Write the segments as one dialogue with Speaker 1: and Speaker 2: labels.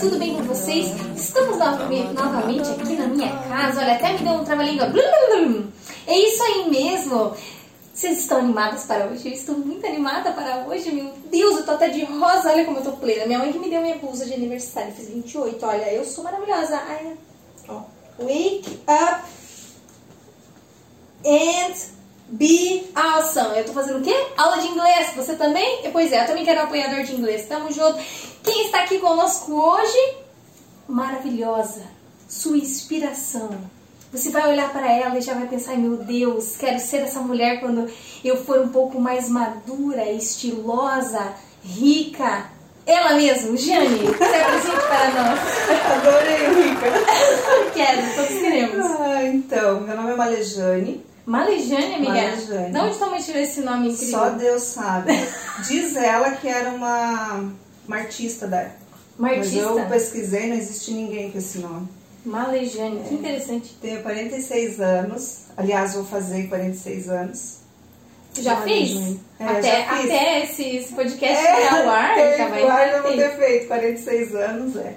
Speaker 1: tudo bem com vocês? Estamos nove- novamente aqui na minha casa. Olha, até me deu um trabalhinho. ó. Blum, blum, blum. É isso aí mesmo. Vocês estão animadas para hoje? Eu estou muito animada para hoje, meu Deus, eu tô até de rosa, olha como eu tô plena. Minha mãe que me deu minha blusa de aniversário, eu fiz 28, olha, eu sou maravilhosa. Ai, ó. Wake up and be awesome. Eu tô fazendo o quê? Aula de inglês. Você também? Eh, Pois é, eu também quero um apoiador de inglês. Tamo junto. Quem está aqui conosco hoje? Maravilhosa. Sua inspiração. Você vai olhar para ela e já vai pensar: "Ai, meu Deus, quero ser essa mulher quando eu for um pouco mais madura, estilosa, rica. Ela mesmo, Jane, se apresente para nós.
Speaker 2: Adorei, Rica.
Speaker 1: é Quero, todos queremos.
Speaker 2: Ah, então, meu nome é Malejane.
Speaker 1: Malejane, amiga.
Speaker 2: Malejane.
Speaker 1: De onde tua mãe tirou esse nome incrível?
Speaker 2: Só Deus sabe. Diz ela que era uma, uma artista da época.
Speaker 1: Uma
Speaker 2: Mas eu
Speaker 1: artista.
Speaker 2: pesquisei, não existe ninguém com esse nome.
Speaker 1: Malejane, que interessante.
Speaker 2: Tenho 46 anos. Aliás, vou fazer 46 anos.
Speaker 1: Tu já
Speaker 2: Malejane.
Speaker 1: fiz?
Speaker 2: É,
Speaker 1: até,
Speaker 2: já fiz.
Speaker 1: até esse, esse podcast chegar ao ar,
Speaker 2: é,
Speaker 1: já vai
Speaker 2: claro, eu vou
Speaker 1: ter.
Speaker 2: ter feito 46 anos, é.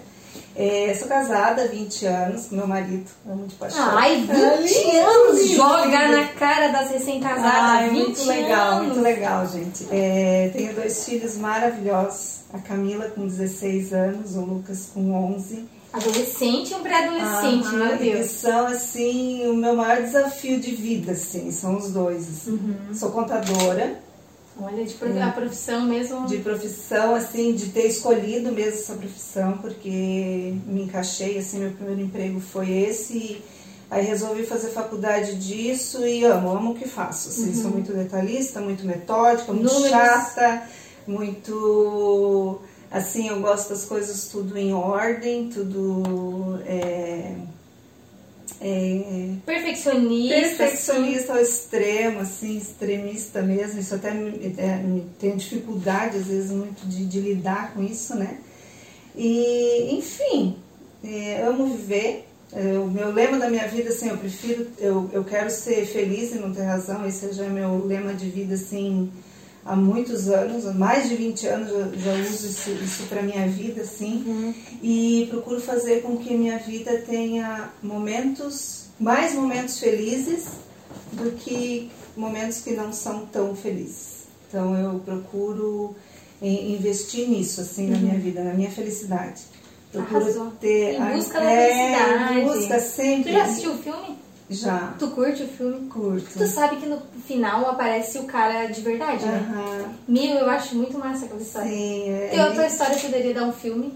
Speaker 2: É, Sou casada há 20 anos com meu marido, amo de paixão. É
Speaker 1: Ai, 20 anos! Joga na cara das
Speaker 2: Ah,
Speaker 1: recém-casadas,
Speaker 2: é
Speaker 1: 20
Speaker 2: muito legal,
Speaker 1: anos.
Speaker 2: muito legal, gente. É, tenho dois filhos maravilhosos. A Camila com 16 anos, o Lucas com 11.
Speaker 1: Adolescente e um pré-adolescente,
Speaker 2: Ah,
Speaker 1: meu
Speaker 2: E
Speaker 1: Deus.
Speaker 2: são, assim, o meu maior desafio de vida, assim, são os dois. assim.
Speaker 1: Uhum.
Speaker 2: Sou contadora
Speaker 1: Olha, de pro- a profissão mesmo.
Speaker 2: É. de profissão, assim, de ter escolhido mesmo essa profissão, porque me encaixei, assim, meu primeiro emprego foi esse. E aí resolvi fazer faculdade disso e amo, amo o que faço. Assim, Sou muito detalhista, muito metódica, muito
Speaker 1: Números.
Speaker 2: chata, muito. Assim, eu gosto das coisas tudo em ordem, tudo. é, é,
Speaker 1: Perfeccionista.
Speaker 2: perfeccionista ao extremo, assim, extremista mesmo. Isso até me, é, me- tenho dificuldade, às vezes, muito de, de lidar com isso, né? E, enfim, é, amo viver. É, o meu lema da minha vida, assim, eu prefiro, eu, eu quero ser feliz e não ter razão. Esse já é meu lema de vida, assim, há muitos anos, há mais de 20 anos já, já uso isso, isso para minha vida, assim
Speaker 1: Uhum.
Speaker 2: e procuro fazer com que minha vida tenha momentos, mais momentos felizes do que momentos que não são tão felizes. Então eu procuro em- investir nisso assim na minha vida, na minha felicidade. Procuro
Speaker 1: Uhum. Arrasou.
Speaker 2: ter
Speaker 1: Em
Speaker 2: a-
Speaker 1: busca da
Speaker 2: é, em
Speaker 1: felicidade.
Speaker 2: busca sempre.
Speaker 1: Tu já assistiu o filme?
Speaker 2: Já.
Speaker 1: Tu curte o filme?
Speaker 2: Curto.
Speaker 1: Tu sabe que no final aparece o cara de verdade, né?
Speaker 2: Aham.
Speaker 1: Meu, eu acho muito massa aquela história.
Speaker 2: Sim, é.
Speaker 1: Tem outra história que poderia dar um filme?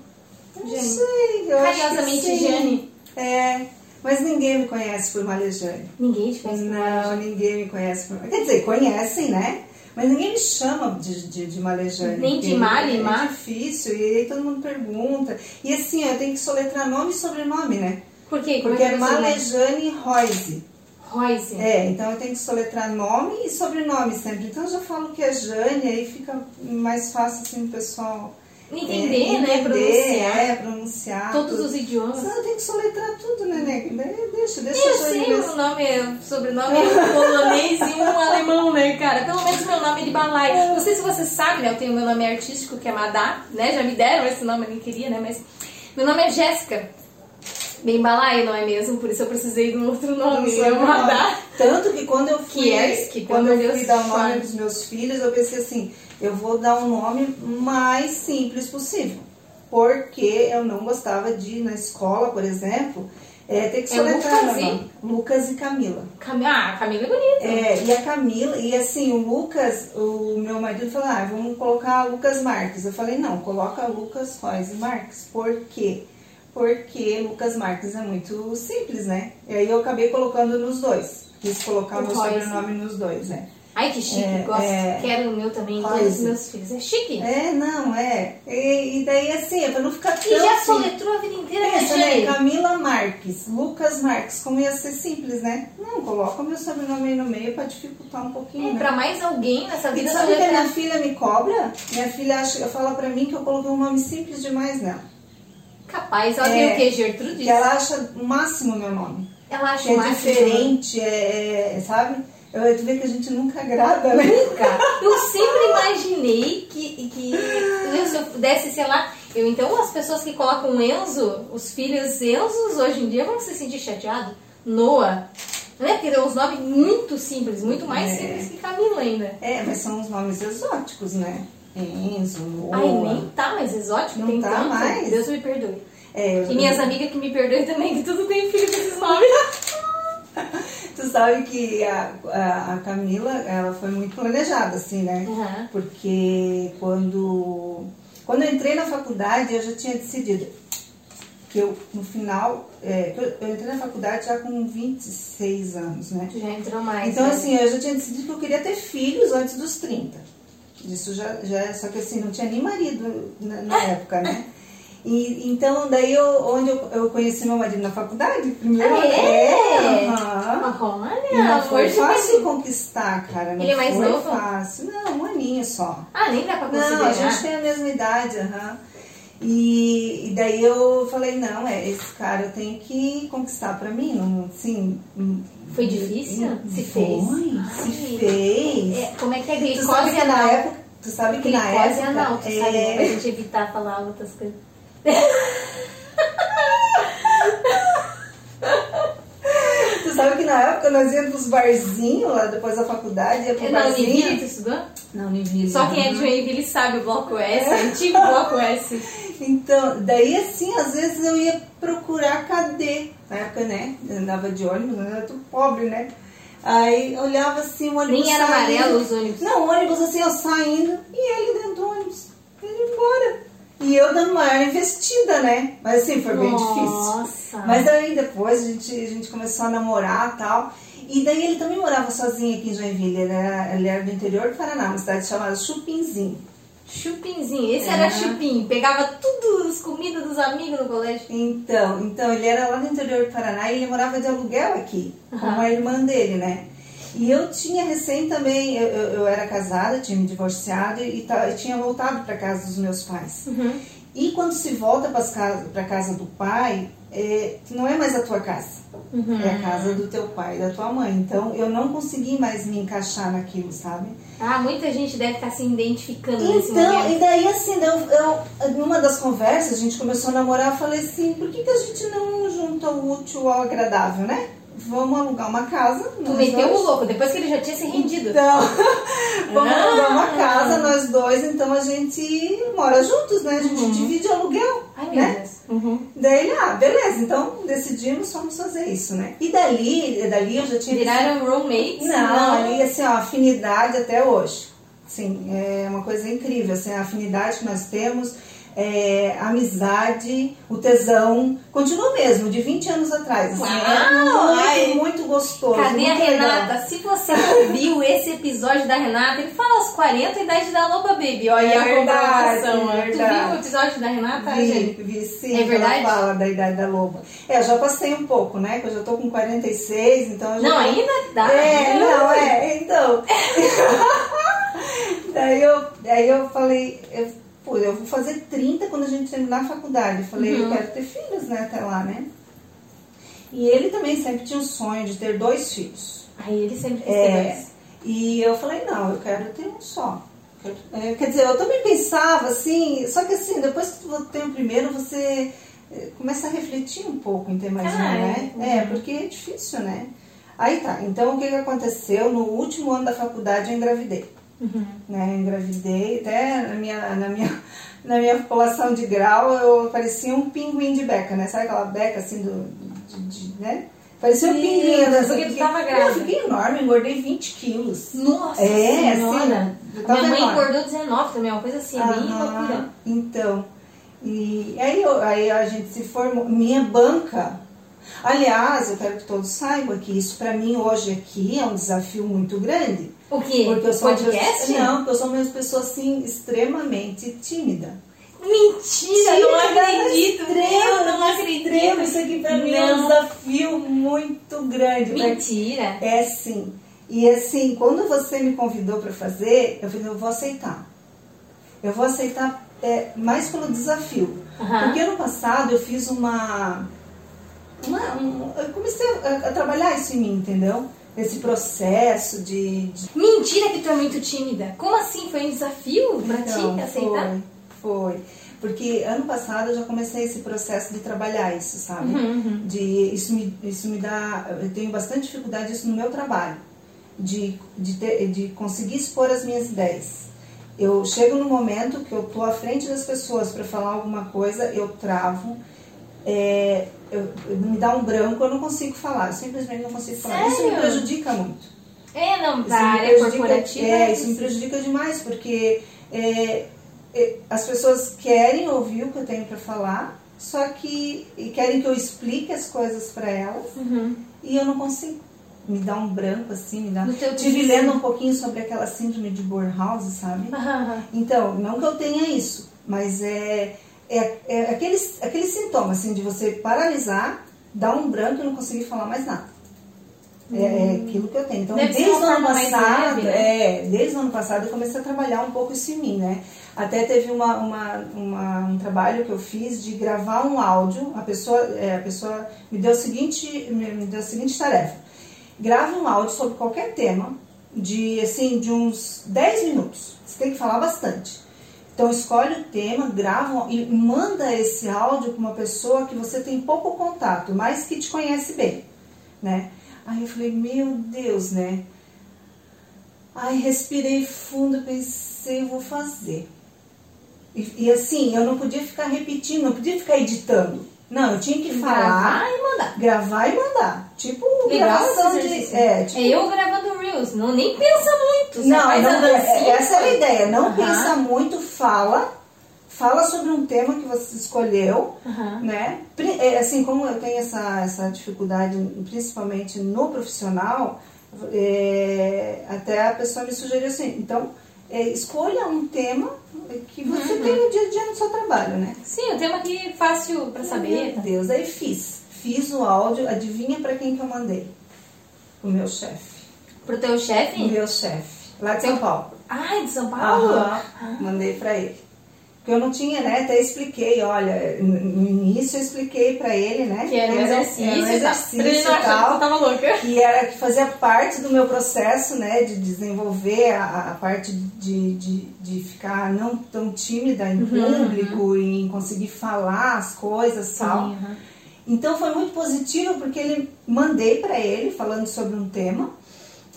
Speaker 2: Não
Speaker 1: Jane.
Speaker 2: sei, eu acho que
Speaker 1: Carinhosamente,
Speaker 2: sim.
Speaker 1: Jane.
Speaker 2: É, mas ninguém me conhece por Malejane.
Speaker 1: Ninguém te conhece.
Speaker 2: Não, ninguém me conhece. por- Quer dizer, conhecem, né? Mas ninguém me chama de, de, de Malejane.
Speaker 1: Nem de
Speaker 2: porque
Speaker 1: Mali, Má?
Speaker 2: É difícil, e aí todo mundo pergunta. E assim, eu tenho que soletrar nome e sobrenome, né?
Speaker 1: Por quê? Como
Speaker 2: Porque
Speaker 1: que você
Speaker 2: é
Speaker 1: vai?
Speaker 2: Malejane Royce.
Speaker 1: Royce.
Speaker 2: É, então eu tenho que soletrar nome e sobrenome sempre. Então eu já falo que é Jane, aí fica mais fácil assim o pessoal...
Speaker 1: Entender,
Speaker 2: é,
Speaker 1: né?
Speaker 2: entender,
Speaker 1: Pronunciar
Speaker 2: É, pronunciar.
Speaker 1: todos
Speaker 2: tudo.
Speaker 1: os idiomas.
Speaker 2: Senão eu tenho que soletrar tudo, né, né? Daí Deixa, deixa
Speaker 1: Eu
Speaker 2: a Jane
Speaker 1: sei
Speaker 2: mesmo.
Speaker 1: o nome, o sobrenome é um polonês e um alemão, né, cara? Pelo menos meu nome é de balai. Não sei se você sabe, né? Eu tenho meu nome artístico, que é Madá, né? Já me deram esse nome, eu nem queria, né? Mas meu nome é Jéssica. Bem balai, não é mesmo? Por isso eu precisei de um outro nome.
Speaker 2: Não
Speaker 1: É
Speaker 2: sei o nome.
Speaker 1: Madá.
Speaker 2: Tanto que quando eu fui,
Speaker 1: Que é, que,
Speaker 2: quando
Speaker 1: pelo
Speaker 2: eu
Speaker 1: Deus,
Speaker 2: fui dar o nome
Speaker 1: fala.
Speaker 2: dos meus filhos, eu pensei assim, eu vou dar um nome mais simples possível. Porque eu não gostava de ir na escola, por exemplo, é, ter que
Speaker 1: É
Speaker 2: soletrar meu
Speaker 1: Lucas e-
Speaker 2: nome. Lucas e Camila.
Speaker 1: Cam... Ah, Camila é bonita.
Speaker 2: É, e a Camila, e assim, o Lucas, o meu marido falou, ah, vamos colocar Lucas Marques. Eu falei, não, coloca Lucas Reis Marques. Por quê? Porque Lucas Marques é muito simples, né? E aí eu acabei colocando nos dois. Quis colocar o meu
Speaker 1: Reis.
Speaker 2: sobrenome nos dois, né?
Speaker 1: Ai, que chique,
Speaker 2: É,
Speaker 1: gosto.
Speaker 2: é.
Speaker 1: Quero o meu também,
Speaker 2: Royce.
Speaker 1: todos os meus filhos. É chique.
Speaker 2: É, não, é. E, e daí assim, é pra não ficar tão
Speaker 1: E já
Speaker 2: assim.
Speaker 1: soletrou a vida inteira, né,
Speaker 2: Pensa, né?
Speaker 1: Jane?
Speaker 2: Camila Marques, Lucas Marques, como ia ser simples, né? Não, coloca o meu sobrenome aí no meio pra dificultar um pouquinho,
Speaker 1: É,
Speaker 2: né?
Speaker 1: pra mais alguém nessa
Speaker 2: E
Speaker 1: vida
Speaker 2: sabe que a
Speaker 1: soletrar.
Speaker 2: minha filha me cobra? Minha filha acha, fala pra mim que eu coloquei um nome simples demais nela.
Speaker 1: Capaz, ela
Speaker 2: É.
Speaker 1: tem o quê? Gertrudes?
Speaker 2: Que ela acha o máximo meu nome.
Speaker 1: Ela acha
Speaker 2: Que é
Speaker 1: mais
Speaker 2: diferente, é, é- sabe? Eu eu ver que a gente nunca agrada, né?
Speaker 1: Nunca. Eu sempre imaginei que, que eu, se eu pudesse, sei lá, Eu, então, as pessoas que colocam Enzo, os filhos Enzos, hoje em dia vão se sentir chateados. Noah. Né? Porque tem uns nomes muito simples, muito mais
Speaker 2: É.
Speaker 1: simples que Camila ainda.
Speaker 2: É, mas são os nomes exóticos, né? Enzo, Noa.
Speaker 1: Ai, nem tá mais exótico,
Speaker 2: Não
Speaker 1: tem
Speaker 2: tá
Speaker 1: tanto.
Speaker 2: mais.
Speaker 1: Deus me perdoe.
Speaker 2: É, eu-
Speaker 1: E minhas amigas que me perdoem também, que tudo tem filho com esses nomes.
Speaker 2: Tu sabe que a, a- a Camila, ela foi muito planejada, assim, né?
Speaker 1: Aham.
Speaker 2: Porque quando, quando eu entrei na faculdade, eu já tinha decidido que eu, no final, é, que eu, eu entrei na faculdade já com 26 anos, né?
Speaker 1: Já entrou mais.
Speaker 2: Então,
Speaker 1: né?
Speaker 2: assim, eu já tinha decidido que eu queria ter filhos antes dos 30. Isso já, já só que assim, não tinha nem marido na, na
Speaker 1: É.
Speaker 2: época, né? E, então, daí eu, onde eu, eu conheci meu marido na faculdade, primeiro.
Speaker 1: Ah, é?
Speaker 2: É, aham. E
Speaker 1: Olha,
Speaker 2: não foi
Speaker 1: hoje tá
Speaker 2: fácil
Speaker 1: assim.
Speaker 2: conquistar, cara. Não
Speaker 1: Ele é mais
Speaker 2: foi
Speaker 1: novo?
Speaker 2: fácil. Não, um aninho só.
Speaker 1: Ah, nem dá pra considerar.
Speaker 2: Não, a gente tem a mesma idade, aham. E, e daí eu falei, não, é, esse cara eu tenho que conquistar pra mim. Não, assim, hum,
Speaker 1: Foi difícil?
Speaker 2: hum,
Speaker 1: Se
Speaker 2: foi,
Speaker 1: fez?
Speaker 2: Se
Speaker 1: Ai.
Speaker 2: fez.
Speaker 1: É, como é que é
Speaker 2: tu sabe
Speaker 1: glicose
Speaker 2: que na
Speaker 1: anal?
Speaker 2: época. Tu sabe que na
Speaker 1: Glicose
Speaker 2: época.
Speaker 1: anal, tu sabe, né? Pra
Speaker 2: é,
Speaker 1: gente evitar falar outras coisas.
Speaker 2: tu sabe que na época nós íamos pros barzinhos lá depois da faculdade, ia pro
Speaker 1: É na Univille,
Speaker 2: barzinho.
Speaker 1: tu estudou?
Speaker 2: Não, me vi.
Speaker 1: Só quem é
Speaker 2: Uhum.
Speaker 1: de Joinville sabe o bloco S,
Speaker 2: É.
Speaker 1: o antigo bloco S.
Speaker 2: Então, daí assim, às vezes eu ia procurar cadê? Na época, né? Eu andava de ônibus, eu era tudo pobre, né? Aí eu olhava assim, o ônibus.
Speaker 1: Nem era
Speaker 2: saindo.
Speaker 1: amarelo os ônibus.
Speaker 2: Não, o ônibus assim, eu saindo e ele dentro do ônibus. Ele embora. E eu dando maior investida, né? Mas assim, foi bem difícil.
Speaker 1: Nossa.
Speaker 2: Mas aí depois a gente, a gente começou a namorar e tal. E daí ele também morava sozinho aqui em Joinville. Ele era, ele era do interior do Paraná, uma cidade chamada Chupinzinho.
Speaker 1: Chupinzinho, esse era
Speaker 2: É.
Speaker 1: chupim. Pegava tudo, as comidas dos amigos no colégio.
Speaker 2: Então, então ele era lá no interior do Paraná e ele morava de aluguel aqui, com
Speaker 1: Aham.
Speaker 2: a irmã dele, né? E eu tinha recém também, eu, eu- eu era casada, tinha me divorciado e, ta- e tinha voltado para casa dos meus pais.
Speaker 1: Uhum.
Speaker 2: E quando se volta para casa, casa do pai, é, não é mais a tua casa, é a casa do teu pai e da tua mãe. Então eu não consegui mais me encaixar naquilo, sabe?
Speaker 1: Ah, muita gente deve estar se identificando nesse
Speaker 2: Então,
Speaker 1: momento.
Speaker 2: e daí assim, eu, eu, numa das conversas, a gente começou a namorar, eu falei assim, por que, que a gente não junta o útil ao agradável, né? Vamos alugar uma casa.
Speaker 1: Tu
Speaker 2: nós
Speaker 1: meteu o
Speaker 2: dois.
Speaker 1: um louco, depois que ele já tinha se rendido.
Speaker 2: Então, vamos
Speaker 1: Ah.
Speaker 2: alugar uma casa, nós dois, então a gente mora juntos, né? A gente
Speaker 1: Uhum.
Speaker 2: divide o aluguel.
Speaker 1: Ai, meu
Speaker 2: né?
Speaker 1: Deus. Uhum.
Speaker 2: Daí ele, ah, beleza, então decidimos, vamos fazer isso, né? E dali, dali eu já tinha
Speaker 1: Viraram roommates?
Speaker 2: não, ali assim, ó, afinidade até hoje. Sim, é uma coisa incrível, assim, a afinidade que nós temos, é, a amizade, o tesão, continua o mesmo, de 20 anos atrás. Assim,
Speaker 1: Uau,
Speaker 2: é
Speaker 1: ai.
Speaker 2: muito, muito gostoso.
Speaker 1: Cadê a
Speaker 2: muito legal.
Speaker 1: Renata? Se você não viu esse episódio da Renata, ele fala aos 40 e idade da Loba Baby. Olha
Speaker 2: É
Speaker 1: a
Speaker 2: verdade,
Speaker 1: comparação.
Speaker 2: é
Speaker 1: né? tu viu
Speaker 2: verdade.
Speaker 1: o episódio da Renata,
Speaker 2: Vi,
Speaker 1: Tá, gente?
Speaker 2: vi, sim,
Speaker 1: É
Speaker 2: que
Speaker 1: verdade?
Speaker 2: ela fala da idade da loba. É, eu já passei um pouco, né? Que eu já tô com 46, então eu já
Speaker 1: Não, ainda dá.
Speaker 2: É,
Speaker 1: né?
Speaker 2: não, é, então. daí, eu, daí eu falei, eu, pô, eu vou fazer 30 quando a gente terminar a faculdade. Eu falei, eu quero ter filhos, né, até lá, né? E ele também sempre tinha o sonho de ter dois filhos.
Speaker 1: Aí ele sempre quis ter
Speaker 2: É,
Speaker 1: dois.
Speaker 2: e eu falei, não, eu quero ter um só. É, quer dizer, eu também pensava assim, só que assim, depois que você tem o primeiro, você eh, começa a refletir um pouco em ter mais um,
Speaker 1: Ah,
Speaker 2: né?
Speaker 1: é.
Speaker 2: É, porque é difícil, né? Aí tá, então o que, que aconteceu? No último ano da faculdade eu engravidei. Né? Eu engravidei, até na minha, na, minha, na minha população de grau eu parecia um pinguim de beca, né? Sabe aquela beca assim do. de- de- né? Parecia um
Speaker 1: Sim,
Speaker 2: pinguim. né?
Speaker 1: porque tu tava
Speaker 2: Eu
Speaker 1: grávida.
Speaker 2: fiquei enorme, engordei 20 quilos.
Speaker 1: Nossa senhora.
Speaker 2: É, assim, eu
Speaker 1: Minha
Speaker 2: tava
Speaker 1: mãe
Speaker 2: enorme.
Speaker 1: acordou 19 também, uma coisa assim, bem
Speaker 2: Aham,
Speaker 1: loucura.
Speaker 2: Então, e aí, eu- aí a gente se formou. Minha banca. Aliás, eu quero que todos saibam que isso pra mim hoje aqui é um desafio muito grande.
Speaker 1: O quê?
Speaker 2: uma
Speaker 1: Podcast?
Speaker 2: Pessoa, não, porque eu sou uma pessoa assim extremamente tímida.
Speaker 1: Mentira, eu não
Speaker 2: Tímida,
Speaker 1: acredito.
Speaker 2: extrema,
Speaker 1: eu não acredito.
Speaker 2: extrema. Isso aqui pra mim é um
Speaker 1: Não.
Speaker 2: desafio muito grande. Pra
Speaker 1: Mentira.
Speaker 2: é sim. E assim, quando você me convidou para fazer, eu falei, eu vou aceitar. Eu vou aceitar é, mais pelo desafio.
Speaker 1: Aham.
Speaker 2: Porque ano passado eu fiz uma. uma- um- eu comecei a, a trabalhar isso em mim, entendeu? Esse processo de. de
Speaker 1: Mentira que tu é muito tímida. Como assim? Foi um desafio pra ti
Speaker 2: Então,
Speaker 1: aceitar?
Speaker 2: Foi, foi. Porque ano passado eu já comecei esse processo de trabalhar isso, sabe?
Speaker 1: Uhum, uhum.
Speaker 2: De, isso, me, isso me dá. Eu tenho bastante dificuldade isso no meu trabalho, de, de, ter- de conseguir expor as minhas ideias. Eu chego no momento que eu tô à frente das pessoas para falar alguma coisa, eu travo, é, eu- eu- me dá um branco, eu não consigo falar, eu simplesmente não consigo falar. Isso me
Speaker 1: Sério?
Speaker 2: prejudica muito.
Speaker 1: É, não,
Speaker 2: Isso
Speaker 1: da
Speaker 2: me
Speaker 1: área
Speaker 2: prejudica-
Speaker 1: corporativa.
Speaker 2: É, isso me prejudica demais, porque é, é, as pessoas querem ouvir o que eu tenho para falar, só que e querem que eu explique as coisas para elas
Speaker 1: Uhum.
Speaker 2: e eu não consigo. Me dá um branco assim, me dá.
Speaker 1: No teu
Speaker 2: Tive
Speaker 1: dia.
Speaker 2: lendo um pouquinho sobre aquela síndrome de Bornhouse, sabe?
Speaker 1: Aham.
Speaker 2: Então, não que eu tenha isso, mas é, é, é aquele, aquele sintoma, assim, de você paralisar, dar um branco e não conseguir falar mais nada. É, é aquilo que eu tenho. Então,
Speaker 1: Hum. Deve ser
Speaker 2: desde o
Speaker 1: uma
Speaker 2: ano
Speaker 1: forma mais
Speaker 2: passado,
Speaker 1: leve, né?
Speaker 2: é, desde o ano passado eu comecei a trabalhar um pouco isso em mim, né? Até teve uma, uma, uma- um trabalho que eu fiz de gravar um áudio, a pessoa, é, a pessoa me deu o seguinte, me, me deu a seguinte tarefa. Grave um áudio sobre qualquer tema, de assim, de uns 10 minutos. Você tem que falar bastante. Então escolhe o tema, grava e manda esse áudio para uma pessoa que você tem pouco contato, mas que te conhece bem, né? Aí eu falei, meu Deus, né? Aí respirei fundo, pensei, vou fazer. E, e assim, eu não podia ficar repetindo, não podia ficar editando. Não, eu tinha que falar,
Speaker 1: Gravar e mandar.
Speaker 2: gravar e mandar. Tipo,
Speaker 1: Legal
Speaker 2: gravação
Speaker 1: esse
Speaker 2: de.
Speaker 1: exercício.
Speaker 2: É, tipo,
Speaker 1: É eu gravando Reels, não nem pensa muito. só
Speaker 2: não,
Speaker 1: faz a
Speaker 2: não é-
Speaker 1: dancinha.
Speaker 2: essa é a ideia. Não
Speaker 1: Aham.
Speaker 2: pensa muito, fala. Fala sobre um tema que você escolheu,
Speaker 1: Aham.
Speaker 2: né? Pri- é, Assim, como eu tenho essa, essa dificuldade, principalmente no profissional, é, até a pessoa me sugeriu assim, então, é, escolha um tema que você
Speaker 1: Uhum.
Speaker 2: tem no dia a dia no seu trabalho, né?
Speaker 1: Sim, o tema que é fácil pra saber.
Speaker 2: Meu Deus, aí fiz. Fiz o áudio, adivinha pra quem que eu mandei? O meu chefe.
Speaker 1: Pro teu
Speaker 2: O
Speaker 1: chefe?
Speaker 2: meu chefe. Lá de São Paulo.
Speaker 1: Ai, de São Paulo?
Speaker 2: Aham, mandei pra ele. Porque eu não tinha, né? Até expliquei, olha, no no início eu expliquei pra ele, né?
Speaker 1: Que era um exercício,
Speaker 2: era um
Speaker 1: e tal.
Speaker 2: exercício
Speaker 1: Pra ele não
Speaker 2: e
Speaker 1: achar que
Speaker 2: tal.
Speaker 1: você tava louca.
Speaker 2: Que era que fazia parte do meu processo, né? De desenvolver a, a parte de, de, de ficar não tão tímida em
Speaker 1: Uhum,
Speaker 2: público e em conseguir falar as coisas e tal.
Speaker 1: Sim, aham.
Speaker 2: Então foi muito positivo porque ele mandei pra ele falando sobre um tema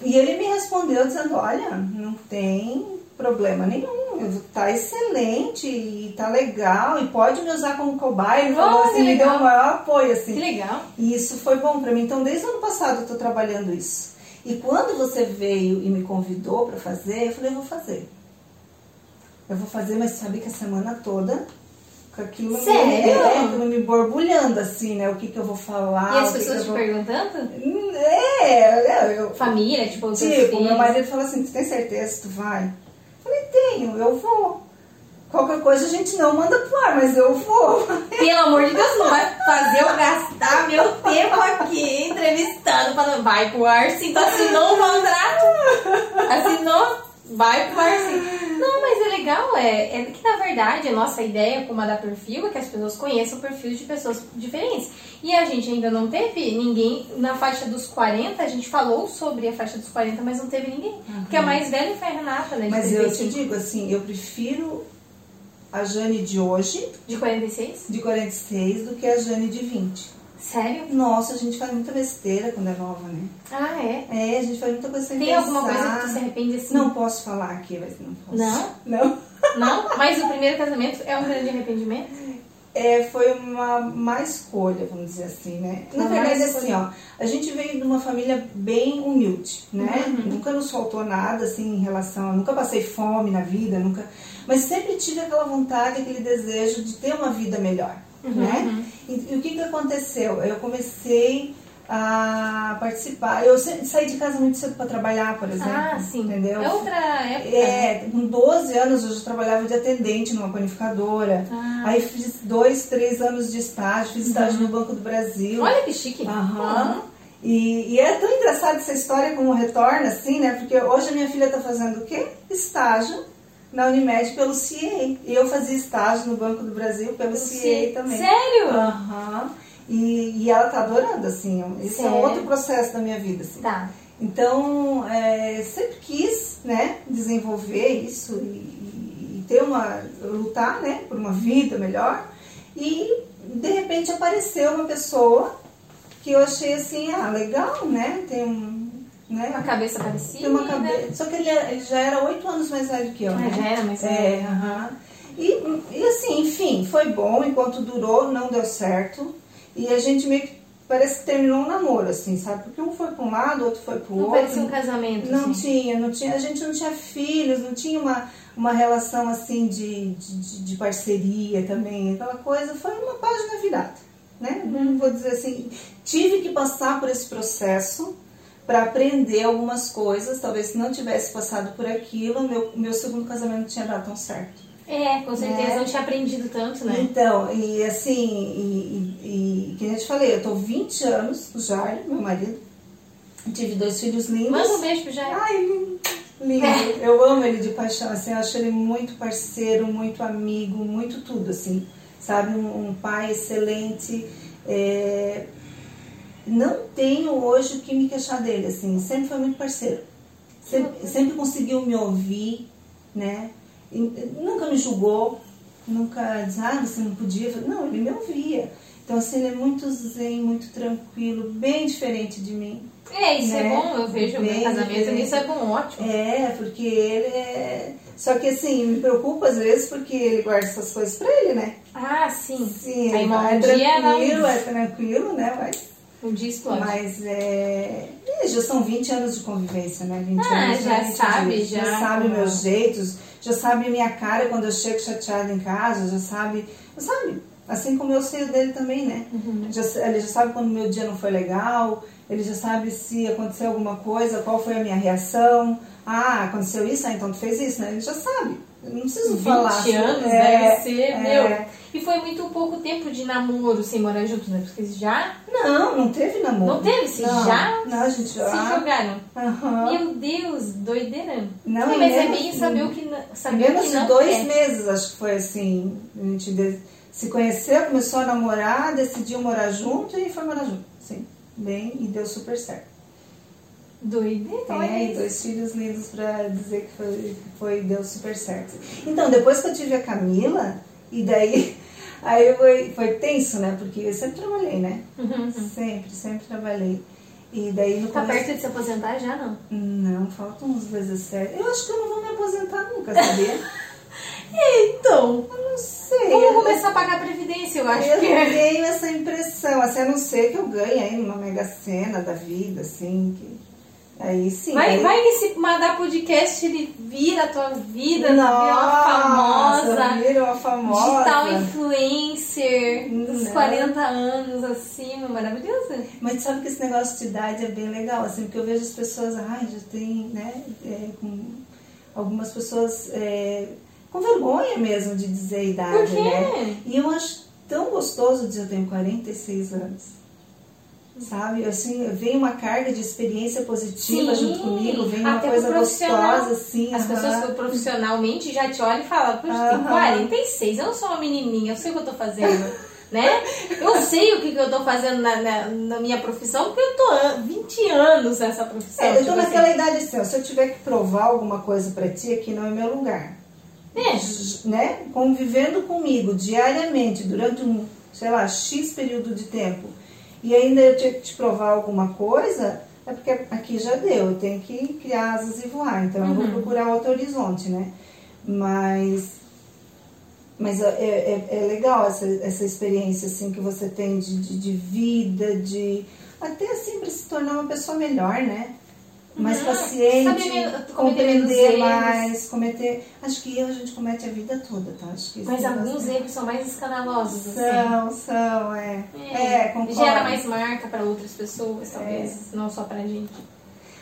Speaker 2: e ele me respondeu dizendo: "Olha, não tem problema nenhum, eu- tá excelente e tá legal e pode me usar como cobaia". Ele falou
Speaker 1: Olha,
Speaker 2: assim, me deu
Speaker 1: legal.
Speaker 2: o maior apoio
Speaker 1: Que
Speaker 2: assim.
Speaker 1: legal.
Speaker 2: E isso foi bom pra mim. Então desde o ano passado eu tô trabalhando isso. E quando você veio e me convidou pra fazer, eu falei: "Eu vou fazer". Eu vou fazer, mas sabe que a semana toda com aquilo Me,
Speaker 1: Sério?
Speaker 2: é, aquilo me borbulhando, assim, né? O que, que eu vou falar.
Speaker 1: e as
Speaker 2: o que
Speaker 1: pessoas
Speaker 2: que
Speaker 1: te
Speaker 2: eu vou... Hum,
Speaker 1: perguntando?
Speaker 2: É, eu, eu,
Speaker 1: Família, tipo, os teus
Speaker 2: tipo, meu
Speaker 1: filhos.
Speaker 2: marido falou assim, tu tem certeza que tu vai? Eu falei, tenho, eu vou. Qualquer coisa a gente não manda pro ar, mas eu vou.
Speaker 1: Pelo amor de Deus, não vai fazer eu gastar meu tempo aqui entrevistando. Falando, vai pro ar sim, tu assinou o contrato. Assinou, vai pro ar sim. Não, mas é legal, é, é que na verdade a nossa ideia como a da perfil é que as pessoas conheçam perfis de pessoas diferentes. E a gente ainda não teve ninguém, na faixa dos 40, a gente falou sobre a faixa dos 40, mas não teve ninguém. Porque a mais velha foi a Renata, né? De,
Speaker 2: Mas eu te
Speaker 1: 35,
Speaker 2: digo assim, eu prefiro a Jane de hoje,
Speaker 1: de 46?
Speaker 2: de 46, do que a Jane de 20.
Speaker 1: Sério?
Speaker 2: Nossa, a gente faz muita besteira quando é nova, né?
Speaker 1: Ah, é.
Speaker 2: É, a gente faz muita coisa sem
Speaker 1: Tem alguma
Speaker 2: pensar.
Speaker 1: coisa que tu se arrepende assim?
Speaker 2: Não posso falar aqui, mas não posso.
Speaker 1: Não?
Speaker 2: Não.
Speaker 1: Não, mas o primeiro casamento é um grande arrependimento?
Speaker 2: É, foi uma má escolha, vamos dizer assim, né? Na
Speaker 1: Uma má
Speaker 2: verdade, assim,
Speaker 1: escolha.
Speaker 2: ó, a gente veio de uma família bem humilde, né?
Speaker 1: Uhum.
Speaker 2: Nunca nos faltou nada, assim, em relação. a- Nunca passei fome na vida, nunca. Mas sempre tive aquela vontade, aquele desejo de ter uma vida melhor,
Speaker 1: Uhum.
Speaker 2: né? E, e o que, que aconteceu? Eu comecei a participar. Eu se- saí de casa muito cedo para trabalhar, por exemplo.
Speaker 1: Ah, sim.
Speaker 2: Entendeu?
Speaker 1: É outra época. né?
Speaker 2: É, com 12 anos eu já trabalhava de atendente numa panificadora.
Speaker 1: Ah.
Speaker 2: Aí fiz dois, três anos de estágio, fiz estágio no Banco do Brasil.
Speaker 1: Uhum. Olha Uhum. que chique.
Speaker 2: Ah, Aham. E, e é tão engraçado essa história como retorna, assim, né? Porque hoje a minha filha tá fazendo o quê? Estágio na Unimed pelo CIEI. E eu fazia estágio no Banco do Brasil pelo CIEI também.
Speaker 1: Sério?
Speaker 2: Aham. E, e ela tá adorando, assim. Esse é
Speaker 1: Sério?
Speaker 2: um outro processo da minha vida, assim.
Speaker 1: Tá.
Speaker 2: Então, é, sempre quis né, desenvolver isso e, e- ter uma lutar, né, por uma vida melhor. E de repente apareceu uma pessoa que eu achei assim, ah, legal, né? Tem um, né?
Speaker 1: Uma cabeça parecida.
Speaker 2: Tem uma cabeça. Só que ele, era- ele já era oito anos mais velho que eu.
Speaker 1: Ah,
Speaker 2: né?
Speaker 1: já era mais
Speaker 2: É,
Speaker 1: velho.
Speaker 2: aham. E, e assim, enfim, foi bom enquanto durou, não deu certo. E a gente meio que parece que terminou um namoro, assim, sabe? Porque um foi pra um lado, o outro foi pro
Speaker 1: Não
Speaker 2: outro.
Speaker 1: parecia um casamento.
Speaker 2: Não
Speaker 1: assim.
Speaker 2: tinha, não tinha, a gente não tinha filhos, não tinha uma, uma relação assim de, de, de parceria também, aquela coisa, foi uma página virada, né? Não vou dizer assim, tive que passar por esse processo para aprender algumas coisas, talvez se não tivesse passado por aquilo, meu, meu segundo casamento não tinha dado tão certo.
Speaker 1: É, com certeza
Speaker 2: Né?
Speaker 1: não tinha aprendido tanto, né?
Speaker 2: Então, e assim, e, e, e que nem eu te falei, eu tô 20 anos, o Jair, meu marido, tive dois filhos lindos.
Speaker 1: Manda um beijo pro Jair.
Speaker 2: Ai, lindo. lindo. Eu amo ele de paixão, assim, eu acho ele muito parceiro, muito amigo, muito tudo, assim. Sabe, um, um pai excelente. é, Não tenho hoje o que me queixar dele, assim, sempre foi muito parceiro. Sempre, sempre conseguiu me ouvir, né? E nunca me julgou, nunca disse, ah, você não podia. Não, ele me ouvia. Então, assim, ele é muito zen, muito tranquilo, bem diferente de mim.
Speaker 1: É, isso é
Speaker 2: Né?
Speaker 1: bom, eu vejo o meu
Speaker 2: Bem
Speaker 1: casamento
Speaker 2: diferente.
Speaker 1: nisso é bom, ótimo.
Speaker 2: É, porque ele é. Só que assim, me preocupa às vezes porque ele guarda essas coisas pra ele, né?
Speaker 1: Ah, sim.
Speaker 2: Sim,
Speaker 1: Aí,
Speaker 2: ele
Speaker 1: mas um
Speaker 2: é
Speaker 1: dia
Speaker 2: tranquilo,
Speaker 1: vai-
Speaker 2: é tranquilo, né? Mas,
Speaker 1: Um dia explode.
Speaker 2: mas é. é, Já são 20 anos de convivência, né? 20
Speaker 1: Ah,
Speaker 2: anos
Speaker 1: já
Speaker 2: né?
Speaker 1: sabe,
Speaker 2: já,
Speaker 1: já. Uhum.
Speaker 2: sabe meus jeitos, já sabe minha cara quando eu chego chateada em casa, já sabe. Já sabe, assim como eu sei o dele também, né?
Speaker 1: Uhum.
Speaker 2: Já, ele já sabe quando meu dia não foi legal, ele já sabe se aconteceu alguma coisa, qual foi a minha reação. Ah, aconteceu isso, ah, então tu fez isso, né? Ele já sabe. Eu não preciso
Speaker 1: 20
Speaker 2: falar. assim,
Speaker 1: anos
Speaker 2: é,
Speaker 1: deve ser,
Speaker 2: é.
Speaker 1: meu. E foi muito pouco tempo de namoro sem morar junto, né? Porque já
Speaker 2: Não, não teve namoro.
Speaker 1: Não teve? Se
Speaker 2: Não,
Speaker 1: já
Speaker 2: Não, a gente
Speaker 1: se
Speaker 2: já.
Speaker 1: jogaram.
Speaker 2: Aham.
Speaker 1: Meu Deus, doideira.
Speaker 2: Ah. Não,
Speaker 1: Sim,
Speaker 2: em
Speaker 1: mas é
Speaker 2: menos-
Speaker 1: bem saber o que não,
Speaker 2: Em
Speaker 1: saber o
Speaker 2: menos
Speaker 1: que
Speaker 2: de
Speaker 1: não
Speaker 2: Tá
Speaker 1: é.
Speaker 2: dois
Speaker 1: quer.
Speaker 2: meses, acho que foi assim. A gente de- se conheceu, começou a namorar, decidiu morar junto e foi morar junto. Sim. Bem, e deu super certo.
Speaker 1: Doideira,
Speaker 2: Tem
Speaker 1: olha
Speaker 2: aí
Speaker 1: isso.
Speaker 2: É, dois filhos lindos pra dizer que foi, que foi deu super certo. Então, depois que eu tive a Camila, e daí aí foi, foi tenso, né? Porque eu sempre trabalhei, né?
Speaker 1: Uhum.
Speaker 2: Sempre, sempre trabalhei. E daí no
Speaker 1: Tá
Speaker 2: começo.
Speaker 1: perto de se aposentar já, não?
Speaker 2: Não, faltam uns 17. Eu acho que eu não vou me aposentar nunca, sabia?
Speaker 1: Então,
Speaker 2: eu não sei.
Speaker 1: vamos
Speaker 2: eu-
Speaker 1: começar a pagar previdência, eu acho
Speaker 2: eu
Speaker 1: que é.
Speaker 2: tenho essa impressão, assim, a não ser que eu ganhe aí numa mega cena da vida, assim, que- aí sim.
Speaker 1: Vai,
Speaker 2: aí-
Speaker 1: vai que se mandar podcast, ele vira a tua vida,
Speaker 2: Nossa,
Speaker 1: vira uma famosa,
Speaker 2: virou uma famosa.
Speaker 1: digital influencer, uns
Speaker 2: Não.
Speaker 1: 40 anos acima, maravilhosa.
Speaker 2: Mas sabe que esse negócio de idade é bem legal, assim, porque eu vejo as pessoas, ai, já tem, né, é, com algumas pessoas é, com vergonha mesmo de dizer a idade,
Speaker 1: Por quê?
Speaker 2: né? E eu acho tão gostoso dizer eu tenho 46 anos. Sabe? Assim, vem uma carga de experiência positiva
Speaker 1: Sim,
Speaker 2: junto comigo, vem uma
Speaker 1: até
Speaker 2: coisa
Speaker 1: pro profissional.
Speaker 2: gostosa, assim.
Speaker 1: As
Speaker 2: aham.
Speaker 1: pessoas que profissionalmente já te olham e falam, poxa, tem
Speaker 2: Aham.
Speaker 1: 46, eu não sou uma menininha, eu sei o que eu tô fazendo. Né? Eu sei o que, que eu tô fazendo na, na- na minha profissão, porque eu tô an- 20 anos nessa profissão.
Speaker 2: É, eu tô
Speaker 1: tipo assim.
Speaker 2: naquela idade assim, ó, se eu tiver que provar alguma coisa pra ti, aqui não é meu lugar.
Speaker 1: É.
Speaker 2: J- Né? Convivendo comigo diariamente durante um, sei lá, X período de tempo, e ainda eu tinha que te provar alguma coisa, é porque aqui já deu, eu tenho que criar asas e voar, então eu vou procurar outro horizonte, né? Mas mas é, é- é legal essa, essa experiência assim que você tem de, de, de vida, de até assim para se tornar uma pessoa melhor, né? Mais
Speaker 1: Uhum.
Speaker 2: paciente,
Speaker 1: Saber men- cometer menos
Speaker 2: compreender
Speaker 1: erros.
Speaker 2: mais, cometer. Acho que erro a gente comete a vida toda, tá? Acho que esse
Speaker 1: assim. Mas
Speaker 2: negócio-
Speaker 1: alguns erros são mais escandalosos, assim.
Speaker 2: são, são, é. É, concordo. É.
Speaker 1: Gera mais marca para outras pessoas, talvez, não só pra gente.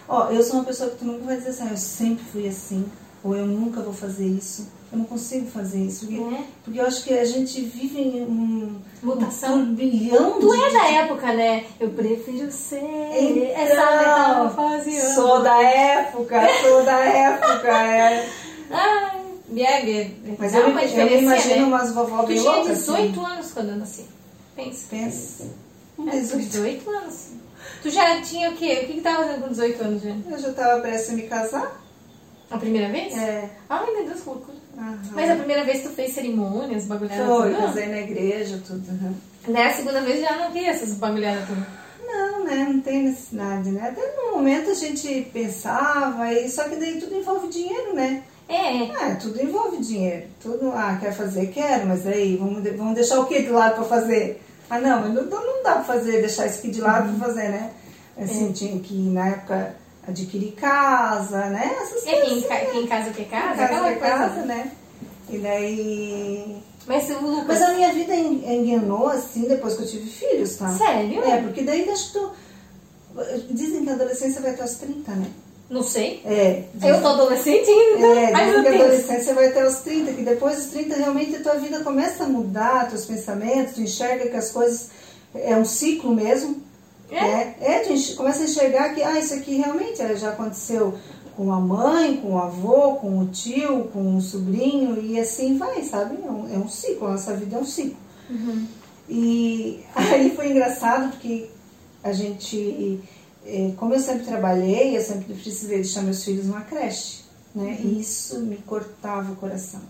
Speaker 2: Ó, eu sou uma pessoa que tu nunca vai dizer assim, "Ah, eu sempre fui assim, ou eu nunca vou fazer isso, eu não consigo fazer isso. Porque,
Speaker 1: Né?
Speaker 2: porque eu acho que a gente vive em um,
Speaker 1: Mutação.
Speaker 2: um bilhão
Speaker 1: Tu
Speaker 2: de
Speaker 1: é da época, né? Eu prefiro ser
Speaker 2: Então,
Speaker 1: essa metamorfose.
Speaker 2: Sou da época, sou da época, é.
Speaker 1: Ai, Bianca,
Speaker 2: Mas
Speaker 1: dá
Speaker 2: eu,
Speaker 1: uma
Speaker 2: me- eu
Speaker 1: diferença,
Speaker 2: me imagino
Speaker 1: né?
Speaker 2: umas vovó
Speaker 1: Tu
Speaker 2: bem
Speaker 1: tinha
Speaker 2: loucas.
Speaker 1: 18
Speaker 2: assim.
Speaker 1: anos quando eu nasci. Pensa.
Speaker 2: Pensa.
Speaker 1: É,
Speaker 2: 18.
Speaker 1: 18 anos. Tu já tinha o quê? O que que tava fazendo com 18 anos já?
Speaker 2: Eu já tava prestes a me casar.
Speaker 1: A primeira vez?
Speaker 2: É.
Speaker 1: Ai, meu Deus, que loucura.
Speaker 2: Aham.
Speaker 1: Mas a primeira vez tu fez cerimônias, bagulhada
Speaker 2: Foi,
Speaker 1: tudo?
Speaker 2: casei na igreja, tudo. aham.
Speaker 1: Né? A segunda vez já não vi essas bagulhadas tudo.
Speaker 2: Não, né? Não tem necessidade, né? Até no momento a gente pensava, e, só que daí tudo envolve dinheiro, né?
Speaker 1: É, é.
Speaker 2: Ah, tudo envolve dinheiro. Tudo, ah, quer fazer? Quero, mas aí, vamos, de- vamos deixar o que de lado pra fazer? Ah, não, mas não, não dá pra fazer, deixar isso aqui de lado pra fazer, né? Assim, tinha que, na época, adquirir casa, né? Essas
Speaker 1: é
Speaker 2: coisas.
Speaker 1: quem, ca- quem casa que casa,
Speaker 2: casa,
Speaker 1: aquela
Speaker 2: é
Speaker 1: coisa.
Speaker 2: casa, né? E daí.
Speaker 1: Mas o Lucas.
Speaker 2: Mas a minha vida en- enganou assim depois que eu tive filhos, tá?
Speaker 1: Sério?
Speaker 2: É, porque daí acho que tu. Dizem que a adolescência vai até os 30, né?
Speaker 1: Não sei.
Speaker 2: É.
Speaker 1: Eu sou adolescente ainda.
Speaker 2: É,
Speaker 1: Ai,
Speaker 2: dizem
Speaker 1: meu
Speaker 2: que a
Speaker 1: Deus.
Speaker 2: adolescência vai até os 30, que depois dos 30 realmente a tua vida começa a mudar, teus pensamentos, tu enxerga que as coisas é um ciclo mesmo.
Speaker 1: É.
Speaker 2: né? É, tu enx- começa a enxergar que ah, isso aqui realmente é, já aconteceu com a mãe, com o avô, com o tio, com o sobrinho, e assim vai, sabe? É um, é um ciclo, a nossa vida é um ciclo.
Speaker 1: Uhum.
Speaker 2: E aí foi engraçado porque a gente, eh, como eu sempre trabalhei, eu sempre precisei deixar meus filhos numa creche, né? E isso me cortava o coração.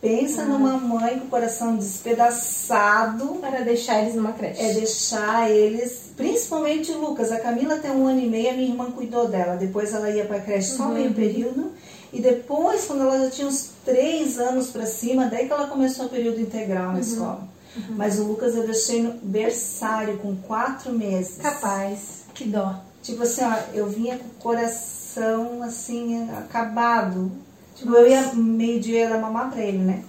Speaker 2: Pensa numa mãe com o coração despedaçado,
Speaker 1: Para deixar eles numa creche.
Speaker 2: é deixar eles, principalmente o Lucas. A Camila tem um ano e meio, a minha irmã cuidou dela. Depois ela ia para creche só meio período. E depois, quando ela já tinha uns três anos para cima, daí que ela começou o período integral na escola. Mas o Lucas eu deixei no berçário com quatro meses.
Speaker 1: Capaz. Que dó.
Speaker 2: Tipo assim, ó, eu vinha com o coração assim, acabado. Tipo, eu ia meio-dia dar mamar pra ele, né?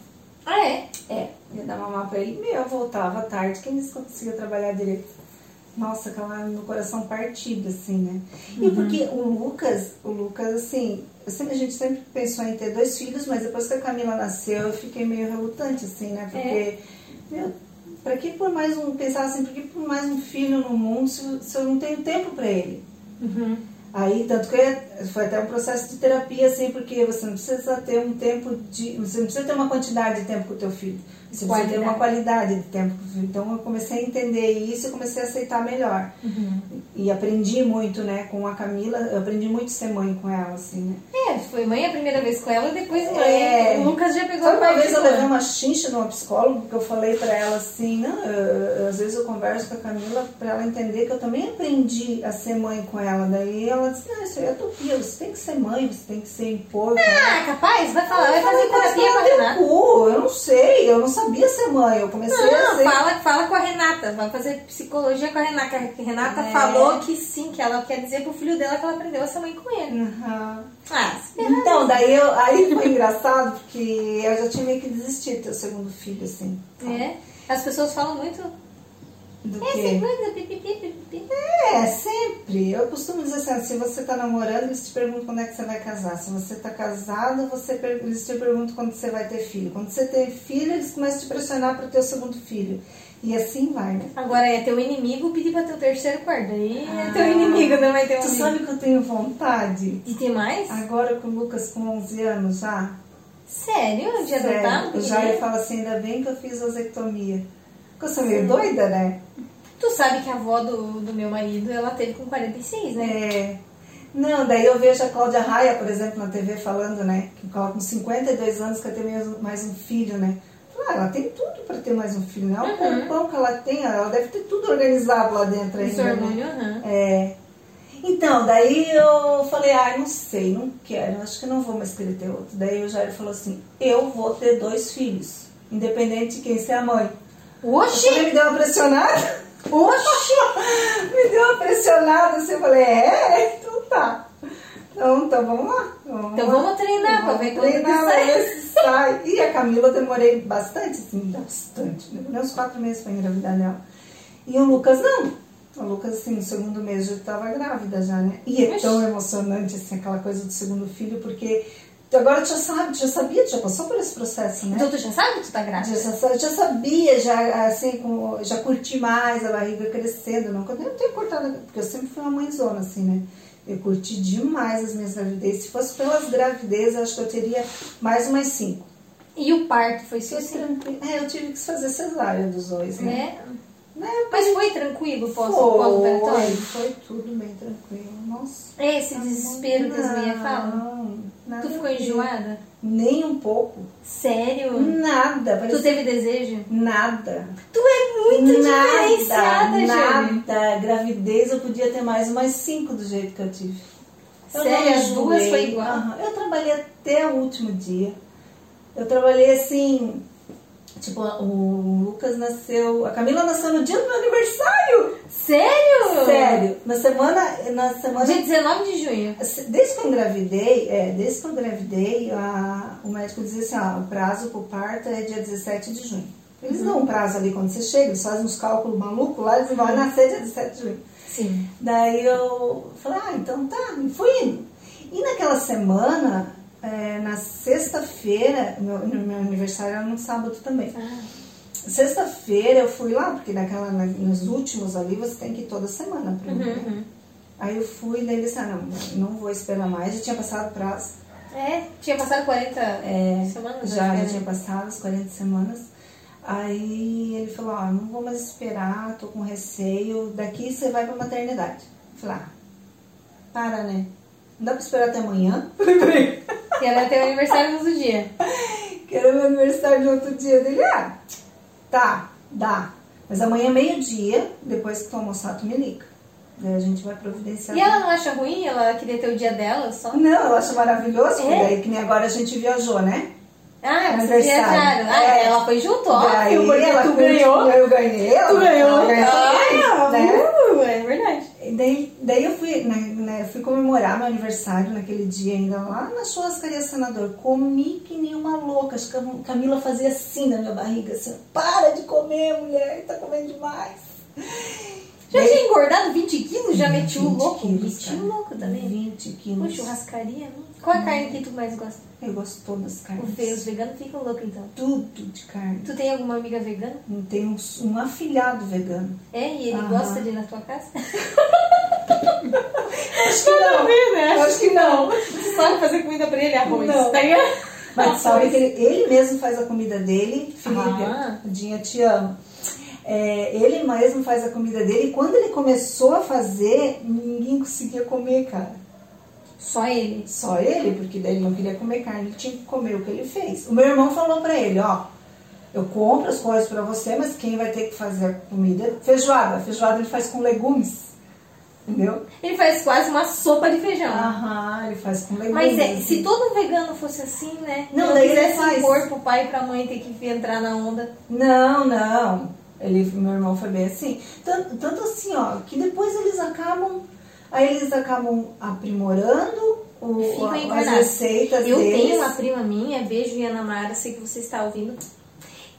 Speaker 1: Ah, é?
Speaker 2: É, ia dar mamar pra ele. Meu, eu voltava à tarde, quem disse que eu conseguia trabalhar direito? Nossa, aquela meu coração partido, assim, né? E porque o Lucas, o Lucas, assim, eu sempre- a gente sempre pensou em ter dois filhos, mas depois que a Camila nasceu, eu fiquei meio relutante, assim, né? Porque, meu, pra que por mais um, pensar assim, pra que por mais um filho no mundo se, eu- se eu não tenho tempo pra ele?
Speaker 1: Uhum.
Speaker 2: Aí, tanto que foi até um processo de terapia, assim, porque você não precisa ter um tempo de. Você não precisa ter uma quantidade de tempo com o teu filho. Você precisa ter uma qualidade de tempo com o filho. Então eu comecei a entender isso e comecei a aceitar melhor. E aprendi muito, né, com a Camila, eu aprendi muito ser mãe com ela, assim, né?
Speaker 1: É, foi mãe a primeira vez com ela, depois mãe.
Speaker 2: É.
Speaker 1: O Lucas já pegou
Speaker 2: Sabe
Speaker 1: a
Speaker 2: uma
Speaker 1: parte
Speaker 2: vez eu
Speaker 1: dela.
Speaker 2: levei uma chincha de uma psicóloga que eu falei pra ela assim, não, eu- eu- às vezes eu converso com a Camila pra ela entender que eu também aprendi a ser mãe com ela. Daí ela disse, não, isso aí é utopia, você tem que ser mãe, você tem que ser impor.
Speaker 1: Ah, capaz? Vai falar, vai fazer
Speaker 2: Mas
Speaker 1: terapia com a
Speaker 2: vai ter
Speaker 1: Renata.
Speaker 2: cu, eu não sei, eu não sabia ser mãe, eu comecei a
Speaker 1: Não,
Speaker 2: ser.
Speaker 1: fala, fala com a Renata, vai fazer psicologia com a Renata. que A Renata
Speaker 2: É.
Speaker 1: falou que sim, que ela quer dizer pro filho dela que ela aprendeu a ser mãe com ele.
Speaker 2: Aham.
Speaker 1: Ah, se ferrar.
Speaker 2: Então, daí eu, aí foi engraçado, porque eu já tinha meio que desistido do teu segundo filho, assim.
Speaker 1: é. As pessoas falam muito.
Speaker 2: Do
Speaker 1: É,
Speaker 2: quê?
Speaker 1: segunda, pipipi, pipipi.
Speaker 2: É, sempre. Eu costumo dizer assim, ó, se você tá namorando, eles te perguntam quando é que você vai casar. Se você tá casado, você per- eles te perguntam quando você vai ter filho. Quando você ter filho, eles começam a te pressionar para ter o segundo filho. E assim vai, né?
Speaker 1: Agora é teu inimigo pedir pra teu terceiro quarto. Aí é teu inimigo, não vai ter um
Speaker 2: Ah. Tu
Speaker 1: amigo.
Speaker 2: sabe Ah. que eu tenho vontade?
Speaker 1: De ter mais?
Speaker 2: Agora com o Lucas com 11 anos já,
Speaker 1: Sério? De
Speaker 2: Sério,
Speaker 1: adotar? um
Speaker 2: eu já
Speaker 1: pequenininho?
Speaker 2: eu falo assim, ainda bem que eu fiz vasectomia. Porque eu sou meio doida, né?
Speaker 1: Tu sabe que a avó do, do meu marido, ela teve com 46, né?
Speaker 2: É. Não, daí eu vejo a Cláudia Raia, por exemplo, na TV falando, né? Que ela com 52 anos quer ter mais um- mais um filho, né? Falei, Ah, ela tem tudo para ter mais um filho, né? O corpão que ela tem, ela deve ter tudo organizado lá dentro
Speaker 1: Esse
Speaker 2: ainda. Né?
Speaker 1: hormônio, aham.
Speaker 2: É. Então, daí eu falei, ah, não sei, não quero, acho que não vou mais querer ter outro. Daí o Jair falou assim, eu vou ter dois filhos, independente de quem ser a mãe.
Speaker 1: Oxi!
Speaker 2: Ele me deu uma pressionada. Oxi! me deu uma pressionada assim, eu falei, é, então tá. Então, então vamos lá.
Speaker 1: Então
Speaker 2: lá.
Speaker 1: vamos treinar pra ver como que
Speaker 2: treinar,
Speaker 1: sai.
Speaker 2: vamos ver se sai. E a Camila eu demorei bastante, assim, bastante. Demorei uns quatro meses pra engravidar dela. E o Lucas não. O Lucas, assim, no segundo mês eu tava grávida já, né? E é
Speaker 1: Oxi.
Speaker 2: tão emocionante, assim, aquela coisa do segundo filho, porque tu agora tu já sabe, tu já sabia, tu já passou por esse processo, né?
Speaker 1: Então tu já sabe que tu tá grávida?
Speaker 2: Já, sa- eu já sabia, já, assim, com- já curti mais a barriga crescendo. Não, que eu nem tenho cortado, porque eu sempre fui uma mãezona, assim, né? Eu curti demais as minhas gravidezes. Se fosse pelas gravidezes, eu acho que eu teria mais umas cinco.
Speaker 1: E o parto foi
Speaker 2: Foi
Speaker 1: suicídio?
Speaker 2: tranquilo. É, eu tive que fazer cesárea dos dois, né?
Speaker 1: Né?
Speaker 2: Né?
Speaker 1: Mas foi tranquilo pós-
Speaker 2: Foi,
Speaker 1: pós-operatório?
Speaker 2: foi tudo bem tranquilo. Nossa.
Speaker 1: É esse desespero que as mulheres falam?
Speaker 2: Não, nada
Speaker 1: Tu ficou
Speaker 2: a ver.
Speaker 1: enjoada?
Speaker 3: Nem um pouco.
Speaker 1: Sério?
Speaker 3: Nada.
Speaker 1: Tu
Speaker 3: Parecia
Speaker 1: teve desejo?
Speaker 3: nada.
Speaker 1: Tu é muito diferenciada, Júlia.
Speaker 2: nada. Gravidez eu podia ter mais umas cinco do jeito que eu tive. Eu
Speaker 1: Sério?
Speaker 2: não
Speaker 1: As duas
Speaker 2: julguei.
Speaker 1: foi igual?
Speaker 2: Aham. Eu trabalhei até o último dia. Eu trabalhei assim. Tipo, o Lucas nasceu. A Camila nasceu no dia do meu aniversário!
Speaker 1: Sério?
Speaker 2: Sério. Na semana. Na semana
Speaker 1: Dia 19 de junho.
Speaker 2: Desde que eu engravidei, é, desde que eu engravidei, a- o médico dizia assim, ó, o prazo pro parto é dia 17 de junho. Eles dão um prazo ali quando você chega, eles fazem uns cálculos malucos lá, eles vão nascer dia 17 de junho.
Speaker 1: Sim.
Speaker 2: Daí eu falei, ah, então tá, e fui indo. E naquela semana, é, na sexta-feira, meu, no meu aniversário era no sábado também.
Speaker 1: Ah,
Speaker 2: Sexta-feira eu fui lá, porque naquela, na- nos últimos ali você tem que ir né? toda semana
Speaker 1: uhum,
Speaker 2: pra mim. Aí eu fui, daí disse, ah, não, não vou esperar mais, já tinha passado o prazo.
Speaker 1: É, tinha passado 40
Speaker 2: É,
Speaker 1: semanas.
Speaker 2: já,
Speaker 1: né?
Speaker 2: já tinha passado as 40 semanas. Aí ele falou, ó, não vou mais esperar, tô com receio, daqui você vai pra maternidade. Eu falei, ah, para, né? Não dá pra esperar até amanhã?
Speaker 1: E ela tem o aniversário no outro dia.
Speaker 2: que era meu aniversário de outro dia. Dele, ah, tá, dá. Mas amanhã, é meio-dia, depois que tu almoçar, tu me liga. Daí a gente vai providenciar.
Speaker 1: E ela não acha ruim? Ela queria ter o dia dela só?
Speaker 2: Não, ela acha maravilhoso, porque
Speaker 1: É?
Speaker 2: daí que nem agora a gente viajou, né?
Speaker 1: Ah, vocês
Speaker 2: Aniversário.
Speaker 1: viajaram. Ah,
Speaker 2: É.
Speaker 1: ela foi junto, ó.
Speaker 2: Daí
Speaker 1: porque
Speaker 2: ela
Speaker 1: tu
Speaker 2: curte-
Speaker 1: ganhou.
Speaker 2: Eu ganhei.
Speaker 1: Tu ganhou.
Speaker 2: ela ganhou
Speaker 1: Ah,
Speaker 2: também, né?
Speaker 1: uh, é verdade.
Speaker 2: E Daí, daí eu fui, né, né, eu fui comemorar meu aniversário naquele dia ainda lá na churrascaria Senador. Comi que nem uma louca. Acho que a Camila fazia assim na minha barriga, assim, ó, para de comer, mulher, tá comendo demais.
Speaker 1: Já tinha engordado 20 quilos? Já meti o
Speaker 2: 20
Speaker 1: louco?
Speaker 2: quilos,
Speaker 1: Meti o
Speaker 2: cara.
Speaker 1: louco também.
Speaker 2: 20
Speaker 1: Uma
Speaker 2: quilos.
Speaker 1: churrascaria, né? Qual a carne que tu mais gosta?
Speaker 2: Eu gosto todas as
Speaker 1: O
Speaker 2: carnes.
Speaker 1: ve- Os veganos ficam loucos, então.
Speaker 2: Tudo de carne.
Speaker 1: Tu tem alguma amiga vegana?
Speaker 2: Tem um, um afilhado vegano.
Speaker 1: É? E ele
Speaker 2: Aham.
Speaker 1: gosta de ir na tua casa?
Speaker 2: Acho que não.
Speaker 1: né?
Speaker 2: Acho que não.
Speaker 1: Tu sabe fazer comida pra ele, arroz.
Speaker 2: Não.
Speaker 1: Tá ligado?
Speaker 2: Mas sabe que ele, ele mesmo faz a comida dele,
Speaker 1: Ah.
Speaker 2: filha, Dinha te ama. É, ele mesmo faz a comida dele e quando ele começou a fazer, ninguém conseguia comer, cara.
Speaker 1: Só ele.
Speaker 2: Só ele, porque daí ele não queria comer carne, ele tinha que comer o que ele fez. O meu irmão falou pra ele, ó, eu compro as coisas pra você, mas quem vai ter que fazer a comida? é Feijoada. Feijoada ele faz com legumes, entendeu?
Speaker 1: Ele faz quase uma sopa de feijão.
Speaker 2: Ah, Aham, ele faz com legumes.
Speaker 1: Mas é, se todo vegano fosse assim, né?
Speaker 2: Não, daí ele
Speaker 1: quisesse
Speaker 2: faz.
Speaker 1: impor pro pai e pra mãe ter que entrar na onda.
Speaker 2: Não, não. Ele, meu irmão foi bem assim. Tanto, tanto assim, ó, que depois eles acabam. Aí eles acabam aprimorando o,
Speaker 1: Ficam
Speaker 2: a- as
Speaker 1: encarnados.
Speaker 2: receitas
Speaker 1: Eu
Speaker 2: deles.
Speaker 1: tenho uma prima minha, beijo Iana Mara, sei que você está ouvindo.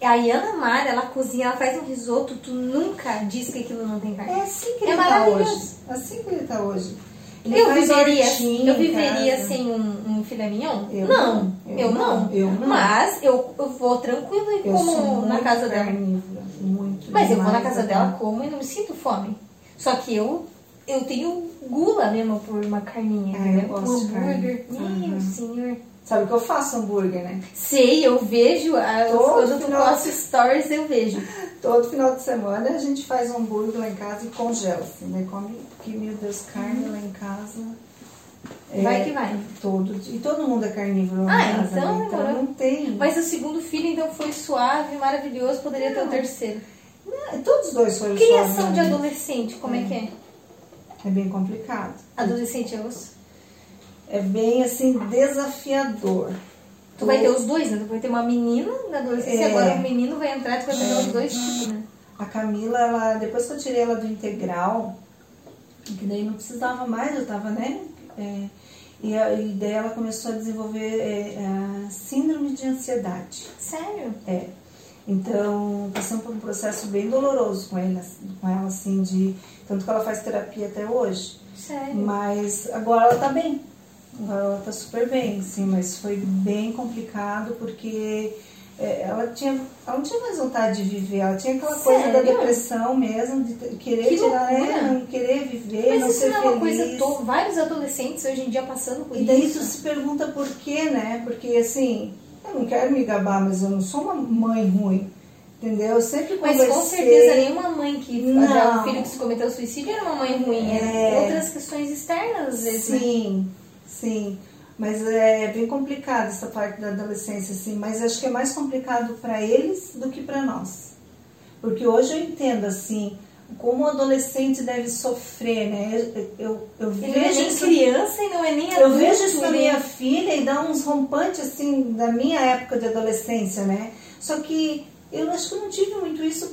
Speaker 1: A Iana Mara, ela cozinha, ela faz um risoto, tu nunca diz que aquilo não tem
Speaker 2: É
Speaker 1: carne.
Speaker 2: assim que
Speaker 1: É
Speaker 2: ele tá
Speaker 1: maravilhoso.
Speaker 2: hoje. É assim que ele tá hoje. Ele
Speaker 1: Eu
Speaker 2: faz
Speaker 1: viveria, assim,
Speaker 2: hortinha
Speaker 1: eu
Speaker 2: em
Speaker 1: viveria
Speaker 2: casa.
Speaker 1: sem um, um filé mignon?
Speaker 2: Eu
Speaker 1: não,
Speaker 2: não,
Speaker 1: eu
Speaker 2: eu
Speaker 1: não.
Speaker 2: não, eu não.
Speaker 1: Mas eu, eu vou tranquilo e
Speaker 2: Eu sou
Speaker 1: como
Speaker 2: muito
Speaker 1: na casa dela.
Speaker 2: carnívora, Muito
Speaker 1: Mas eu vou na
Speaker 2: demais,
Speaker 1: casa
Speaker 2: eu
Speaker 1: dela, como e não sinto fome. Só que eu, eu tenho gula mesmo por uma carninha.
Speaker 2: Ah, eu
Speaker 1: né?
Speaker 2: gosto
Speaker 1: por
Speaker 2: de carne.
Speaker 1: hambúrguer. Meu
Speaker 2: Uhum.
Speaker 1: senhor.
Speaker 2: Sabe que eu faço hambúrguer, né?
Speaker 1: Sei, eu vejo. ah, eu-
Speaker 2: Todo
Speaker 1: Quando tu
Speaker 2: final-
Speaker 1: posta stories, eu vejo.
Speaker 2: Todo final de semana a gente faz um hambúrguer lá em casa e congela, assim, né? Come, porque, meu Deus, carne lá em casa. é-
Speaker 1: Vai que vai.
Speaker 2: Todo dia. E todo mundo é carnívoro lá
Speaker 1: Ah,
Speaker 2: em casa,
Speaker 1: então,
Speaker 2: né?
Speaker 1: demorou.
Speaker 2: então não tem.
Speaker 1: Mas o segundo filho, então, foi suave, maravilhoso. Poderia ter o terceiro.
Speaker 2: Ah, Todos os dois foram
Speaker 1: Criação de
Speaker 2: suaves, né?
Speaker 1: adolescente, como é que é?
Speaker 2: É bem complicado.
Speaker 1: Adolescente é osso?
Speaker 2: É bem assim desafiador.
Speaker 1: Tu vai ter os dois, né? Tu vai ter uma menina na adolescência,
Speaker 2: É.
Speaker 1: agora o menino vai entrar e tu vai pegar os dois tipos, né?
Speaker 2: A Camila, ela, depois que eu tirei ela do integral, que daí não precisava mais, eu tava, né? É, e, a- e daí ela começou a desenvolver é, a síndrome de ansiedade.
Speaker 1: Sério?
Speaker 2: É. Então, passando por um processo bem doloroso com ela, com ela assim, de. Tanto que ela faz terapia até hoje.
Speaker 1: Sério.
Speaker 2: Mas agora ela tá bem. Agora ela tá super bem, sim, mas foi bem complicado porque é, ela, tinha, ela não tinha mais vontade de viver, ela tinha aquela coisa da
Speaker 1: Sério?
Speaker 2: depressão mesmo, de ter- querer
Speaker 1: Que
Speaker 2: tirar
Speaker 1: loucura!
Speaker 2: é, não querer viver,
Speaker 1: Mas
Speaker 2: não
Speaker 1: isso
Speaker 2: ser
Speaker 1: não é uma
Speaker 2: feliz.
Speaker 1: coisa to... Vários adolescentes hoje em dia passando por
Speaker 2: E daí
Speaker 1: isso.
Speaker 2: tu se pergunta por quê, né? Porque assim, eu não quero me gabar, mas eu não sou uma mãe ruim. Entendeu? Eu sempre
Speaker 1: Mas
Speaker 2: conversei.
Speaker 1: com certeza nenhuma mãe que
Speaker 2: Não.
Speaker 1: adotava um filho que se cometeu suicídio era uma mãe ruim. eram
Speaker 2: É.
Speaker 1: né? Outras questões externas, às vezes, né?
Speaker 2: Sim, sim. Mas é bem complicado essa parte da adolescência, assim. Mas acho que é mais complicado para eles do que para nós. Porque hoje eu entendo, assim, como o adolescente deve sofrer, né? Eu, eu, eu
Speaker 1: Ele não é nem
Speaker 2: isso-
Speaker 1: criança e não é nem
Speaker 2: eu
Speaker 1: adulto,
Speaker 2: vejo isso na
Speaker 1: né?
Speaker 2: minha filha e dá uns rompantes assim da minha época de adolescência, né? Só que eu acho que eu não tive muito isso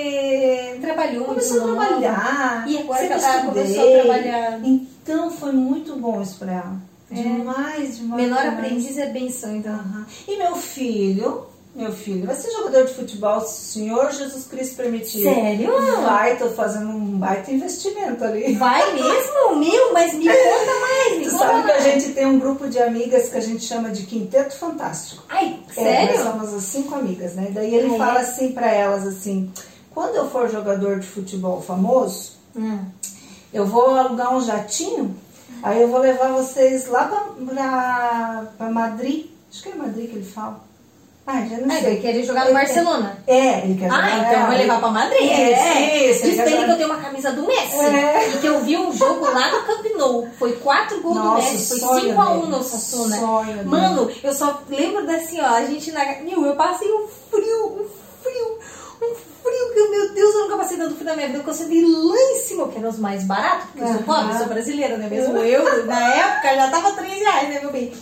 Speaker 2: porque
Speaker 1: Trabalhou.
Speaker 2: começou a
Speaker 1: muito,
Speaker 2: trabalhar.
Speaker 1: E agora que
Speaker 2: sempre
Speaker 1: ela começou a
Speaker 2: estudei.
Speaker 1: trabalhar.
Speaker 2: Então foi muito bom isso pra ela.
Speaker 1: É.
Speaker 2: Demais, demais.
Speaker 1: Menor
Speaker 2: demais.
Speaker 1: aprendiz é benção, então.
Speaker 2: Aham. E meu filho, meu filho, vai ser jogador de futebol se o Senhor Jesus Cristo permitir.
Speaker 1: Sério?
Speaker 2: Vai, tô fazendo um baita investimento ali.
Speaker 1: Vai mesmo? Meu, mas me conta mais, me
Speaker 2: Tu
Speaker 1: conta
Speaker 2: sabe que a
Speaker 1: mais.
Speaker 2: gente tem um grupo de amigas que a gente chama de Quinteto Fantástico.
Speaker 1: Ai,
Speaker 2: É, nós
Speaker 1: sério?
Speaker 2: somos as cinco amigas, né? Daí ele
Speaker 1: Ah, é?
Speaker 2: fala assim pra elas assim: quando eu for jogador de futebol famoso,
Speaker 1: Hum.
Speaker 2: eu vou alugar um jatinho, aí eu vou levar vocês lá pra, pra, pra Madrid. Acho que é Madrid que ele fala. Ah, já não
Speaker 1: Ah,
Speaker 2: sei.
Speaker 1: ele quer jogar no Barcelona.
Speaker 2: É, ele quer
Speaker 1: Ah,
Speaker 2: jogar.
Speaker 1: então eu vou
Speaker 2: é,
Speaker 1: levar pra Madrid.
Speaker 2: É, isso,
Speaker 1: Diz
Speaker 2: ele
Speaker 1: pra
Speaker 2: quer
Speaker 1: ele que eu
Speaker 2: jogar.
Speaker 1: tenho uma camisa do Messi.
Speaker 2: É.
Speaker 1: E que eu vi um jogo lá no Camp Nou. Foi 4 gols do
Speaker 2: Nossa,
Speaker 1: Messi. Foi
Speaker 2: sonho
Speaker 1: 5x1
Speaker 2: dele.
Speaker 1: no Sassuna.
Speaker 2: Sonho dele.
Speaker 1: Mano, eu só lembro da assim, ó. A gente na. Meu, eu passei um frio, um frio, um frio. Que, meu Deus, eu nunca passei tanto frio na minha vida. Porque eu sentei lá em cima, que era os mais baratos. Porque eu sou pobre, eu sou brasileira, né? Mesmo eu, na época, já tava 3 reais, né, meu bem?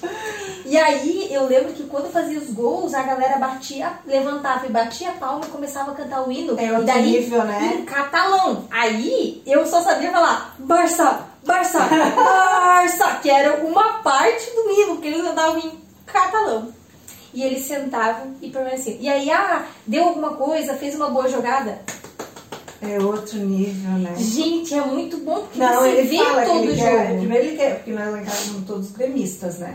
Speaker 1: E aí, eu lembro que quando eu fazia os gols, a galera batia, levantava e batia a palma e começava a cantar o hino.
Speaker 2: É
Speaker 1: e
Speaker 2: outro
Speaker 1: daí,
Speaker 2: nível, né?
Speaker 1: em catalão. Aí eu só sabia falar Barça, Barça, Barça, que era uma parte do hino, porque eles andavam em catalão. E eles sentavam e permaneciam. E aí, ah, deu alguma coisa, fez uma boa jogada.
Speaker 2: É outro nível, né?
Speaker 1: Gente, é muito bom porque
Speaker 2: Não,
Speaker 1: você
Speaker 2: ele
Speaker 1: vê
Speaker 2: fala que
Speaker 1: todo o
Speaker 2: ele
Speaker 1: jogo.
Speaker 2: quer. Primeiro ele quer, porque nós lá em casa somos todos gremistas, né?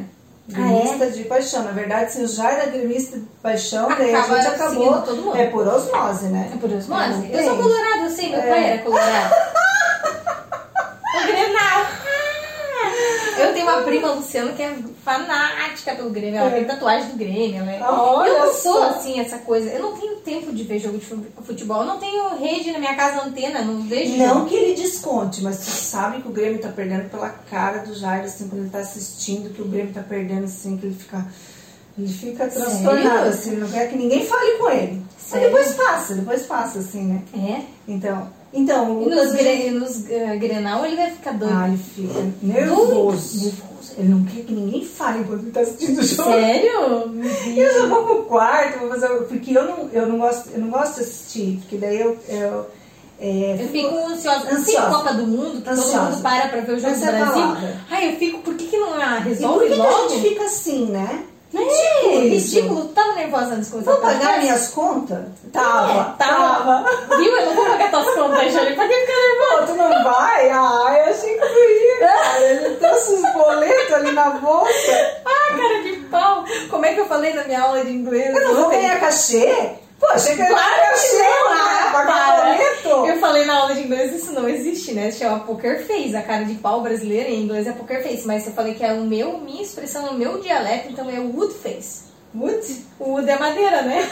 Speaker 1: Ah, é?
Speaker 2: Gremista de paixão. Na verdade, se eu já era gremista de paixão, daí a
Speaker 1: Acaba
Speaker 2: gente acabou.
Speaker 1: seguindo todo mundo.
Speaker 2: É por osmose, né?
Speaker 1: É por
Speaker 2: Não
Speaker 1: osmose? Eu
Speaker 2: tem.
Speaker 1: sou colorado, eu sei, meu pai era colorado. o Grenal. Eu tenho uma prima, Luciana, que é fanática pelo Grêmio. Ela
Speaker 2: É. Ah,
Speaker 1: tem tatuagem do Grêmio. Ela é...
Speaker 2: Olha
Speaker 1: eu não sou
Speaker 2: só.
Speaker 1: assim, essa coisa. Eu não tenho tempo de ver jogo de fu- futebol. Eu não tenho rede na minha casa, antena, não vejo.
Speaker 2: Não
Speaker 1: jogo.
Speaker 2: que ele desconte, mas tu sabe que o Grêmio tá perdendo pela cara do Jairo, assim, quando ele tá assistindo, que o Grêmio tá perdendo, assim, que ele fica. Ele fica transtornado, assim, ele não quer que ninguém fale com ele.
Speaker 1: Sério?
Speaker 2: Mas depois passa, depois passa, assim, né?
Speaker 1: É.
Speaker 2: Então, então o
Speaker 1: E nos,
Speaker 2: Lucas
Speaker 1: gre... e nos eh, Grenal ele vai ficar doido.
Speaker 2: Ah, ele fica nervoso.
Speaker 1: Doido. Nervoso.
Speaker 2: Ele não quer que ninguém fale enquanto ele tá assistindo o jogo.
Speaker 1: Sério? Meu
Speaker 2: E Eu já vou pro quarto, vou fazer. Porque eu não, eu não, gosto, eu não gosto de assistir, porque daí eu. eu é,
Speaker 1: Eu fico ansiosa. Não tem
Speaker 2: Ansiosa.
Speaker 1: Copa do Mundo que todo
Speaker 2: Ansiosa.
Speaker 1: mundo para pra ver o jogo
Speaker 2: Essa é
Speaker 1: do
Speaker 2: a
Speaker 1: Brasil.
Speaker 2: palavra.
Speaker 1: Ai, eu fico, por que, que não ah,
Speaker 2: e por
Speaker 1: resolve
Speaker 2: que, que a
Speaker 1: logo?
Speaker 2: gente fica assim, né?
Speaker 1: É,
Speaker 2: Ridículo isso.
Speaker 1: ridículo. Tu Tava nervosa antes de começar
Speaker 2: Vou
Speaker 1: o podcast?
Speaker 2: pagar minhas contas? Tava,
Speaker 1: É, tava. Viu? Eu não vou pagar tuas contas, Júlia. Pra que ficar nervosa?
Speaker 2: Pô, tu não vai? Ai, eu achei que tu ia, cara. Ele trouxe uns boletos ali na bolsa.
Speaker 1: Ah, cara de pau. Como é que eu falei na minha aula de inglês?
Speaker 2: Eu não vou ganhar cachê? Pô, achei que eu ia ganhar
Speaker 1: Claro que
Speaker 2: cachê,
Speaker 1: não,
Speaker 2: né?
Speaker 1: ah,
Speaker 2: Pagar
Speaker 1: para.
Speaker 2: boleto.
Speaker 1: Eu falei na aula de inglês, isso não existe, né? Chama poker face, a cara de pau brasileira em inglês é poker face, mas eu falei que é o meu, minha expressão, é o meu dialeto, então é wood face.
Speaker 2: Muito
Speaker 1: O wood é madeira, né?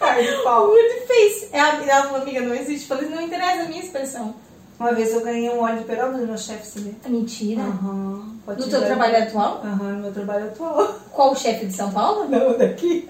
Speaker 2: cara de
Speaker 1: O
Speaker 2: pau.
Speaker 1: Wood face. É a, ela falou, amiga, não existe. Eu Falei, não interessa a minha expressão.
Speaker 2: Uma vez eu ganhei um óleo de peroba do meu chefe, sabia?
Speaker 1: Mentira.
Speaker 2: Aham. Pode
Speaker 1: No
Speaker 2: te
Speaker 1: teu
Speaker 2: dar-
Speaker 1: trabalho atual?
Speaker 2: Aham, no meu trabalho atual.
Speaker 1: Qual o chefe de São Paulo?
Speaker 2: Não, daqui.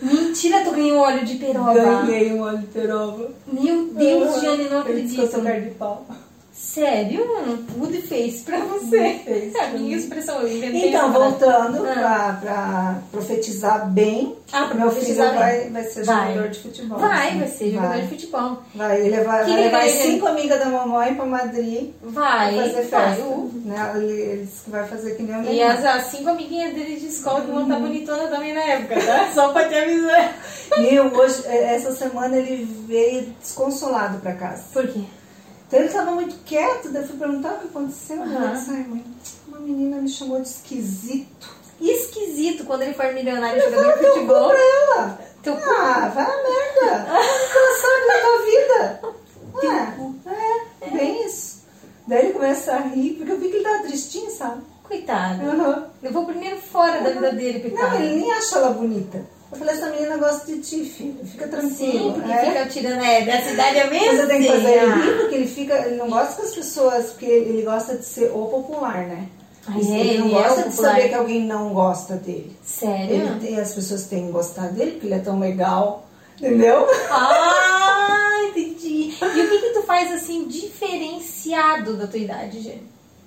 Speaker 1: Mentira, tu ganhou óleo de peroba.
Speaker 2: Ganhei um óleo de peroba.
Speaker 1: Meu Deus,
Speaker 2: Aham.
Speaker 1: Jane, não
Speaker 2: Ele disse que eu
Speaker 1: acredito.
Speaker 2: sou cara de pau.
Speaker 1: Sério? Wood face pra
Speaker 2: Wood
Speaker 1: você.
Speaker 2: face
Speaker 1: É a
Speaker 2: pra
Speaker 1: minha
Speaker 2: mim.
Speaker 1: expressão, eu inventei.
Speaker 2: Então,
Speaker 1: essa, né?
Speaker 2: voltando
Speaker 1: Ah.
Speaker 2: pra, pra profetizar bem,
Speaker 1: Ah, pra
Speaker 2: meu
Speaker 1: profetizar
Speaker 2: filho
Speaker 1: bem.
Speaker 2: vai, vai ser
Speaker 1: Vai.
Speaker 2: jogador de futebol.
Speaker 1: Vai,
Speaker 2: assim.
Speaker 1: vai ser jogador de futebol.
Speaker 2: Vai, ele vai,
Speaker 1: Que
Speaker 2: vai levar as
Speaker 1: igreja?
Speaker 2: cinco amigas da mamãe pra Madrid
Speaker 1: Vai,
Speaker 2: fazer
Speaker 1: vai. Uh,
Speaker 2: festa. Né? Ele, ele disse que vai fazer que nem um a
Speaker 1: E
Speaker 2: minha.
Speaker 1: as, as cinco amiguinhas dele de escola que vão
Speaker 2: Uhum.
Speaker 1: estar bonitona também na época, tá? Só pra te avisar.
Speaker 2: Meu, hoje, é, essa semana ele veio desconsolado pra casa.
Speaker 1: Por quê?
Speaker 2: Então ele tava muito quieto, daí eu fui perguntar o que aconteceu. né? Ele
Speaker 1: Aham.
Speaker 2: disse, ai mãe, uma menina me chamou de esquisito.
Speaker 1: Esquisito quando ele for milionário jogador
Speaker 2: Fala
Speaker 1: de
Speaker 2: teu cu
Speaker 1: futebol.
Speaker 2: pra ela.
Speaker 1: Teu cu.
Speaker 2: Ah, vai a merda. Ela sabe da tua vida. Ué, é, bem isso. Daí ele começa a rir, porque eu vi que ele tava tristinho, sabe?
Speaker 1: Coitado.
Speaker 2: Aham.
Speaker 1: Eu vou primeiro fora da vida dele,
Speaker 2: Não,
Speaker 1: coitado.
Speaker 2: ele nem acha ela bonita. Eu falei, essa menina gosta de ti, filho. Fica
Speaker 1: Sim,
Speaker 2: tranquilo.
Speaker 1: porque
Speaker 2: é.
Speaker 1: fica tirando. É, dessa idade é mesmo.
Speaker 2: Você tem que
Speaker 1: sim.
Speaker 2: fazer ele rir, porque ele fica. Ele não gosta que as pessoas, porque ele gosta de ser o popular, né? Ele, ele
Speaker 1: é
Speaker 2: não gosta de saber que alguém não gosta dele.
Speaker 1: Sério?
Speaker 2: Ele tem, as pessoas têm que gostar dele porque ele é tão legal, entendeu?
Speaker 1: Ah, entendi. E o que que tu faz assim diferenciado da tua idade, Gê?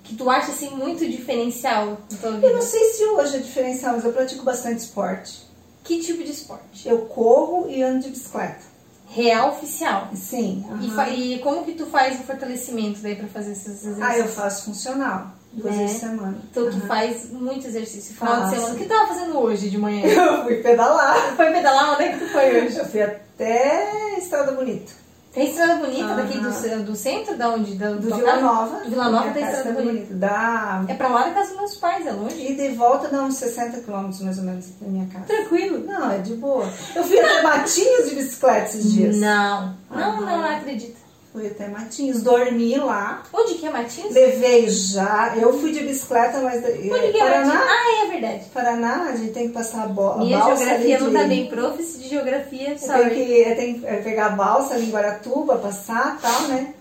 Speaker 1: Que tu acha assim muito diferencial na tua
Speaker 2: Eu não
Speaker 1: vida?
Speaker 2: sei se hoje é diferencial, mas eu pratico bastante esporte.
Speaker 1: Que tipo de esporte?
Speaker 2: Eu corro e ando de bicicleta.
Speaker 1: Real oficial.
Speaker 2: Sim.
Speaker 1: E, fa- e como que tu faz o fortalecimento daí pra fazer esses exercícios?
Speaker 2: Ah, eu faço funcional duas
Speaker 1: É.
Speaker 2: vezes por semana.
Speaker 1: Então tu faz muito exercício. Final de
Speaker 2: Faço.
Speaker 1: semana. O que tu tava fazendo hoje de manhã?
Speaker 2: Então, Eu fui pedalar.
Speaker 1: Foi pedalar? Onde é que tu foi hoje?
Speaker 2: Eu fui até Estrada Bonita.
Speaker 1: Tem Estrada Bonita daqui do,
Speaker 2: Aham.
Speaker 1: ce- do centro? Da onde? Da,
Speaker 2: Do
Speaker 1: tua
Speaker 2: Vila
Speaker 1: casa?
Speaker 2: Nova.
Speaker 1: Do Vila Nova
Speaker 2: Minha
Speaker 1: tem
Speaker 2: casa
Speaker 1: Estrada
Speaker 2: tá
Speaker 1: Bonita.
Speaker 2: Dá.
Speaker 1: É pra lá da casa dos meus pais, é longe.
Speaker 2: Ida e volta dá uns 60 quilômetros mais ou menos da minha casa.
Speaker 1: Tranquilo.
Speaker 2: Não, é de boa. Eu fui até Matinhos de bicicleta esses dias. Ah.
Speaker 1: Não. Não,
Speaker 2: Aham.
Speaker 1: não, não acredito.
Speaker 2: Fui até Matinhos, dormi lá.
Speaker 1: Onde que é Matinhos?
Speaker 2: Levei já. Eu fui de bicicleta, mas.
Speaker 1: Onde que é Matinhos?
Speaker 2: Paraná?
Speaker 1: Ah, é verdade.
Speaker 2: Paraná, a gente tem que passar a bola.
Speaker 1: Minha
Speaker 2: balsa
Speaker 1: geografia
Speaker 2: ali
Speaker 1: não
Speaker 2: de-
Speaker 1: tá bem. Profis de geografia,
Speaker 2: Tem
Speaker 1: sorry.
Speaker 2: que, tem que pegar a balsa ali em Guaratuba, passar e tal, né?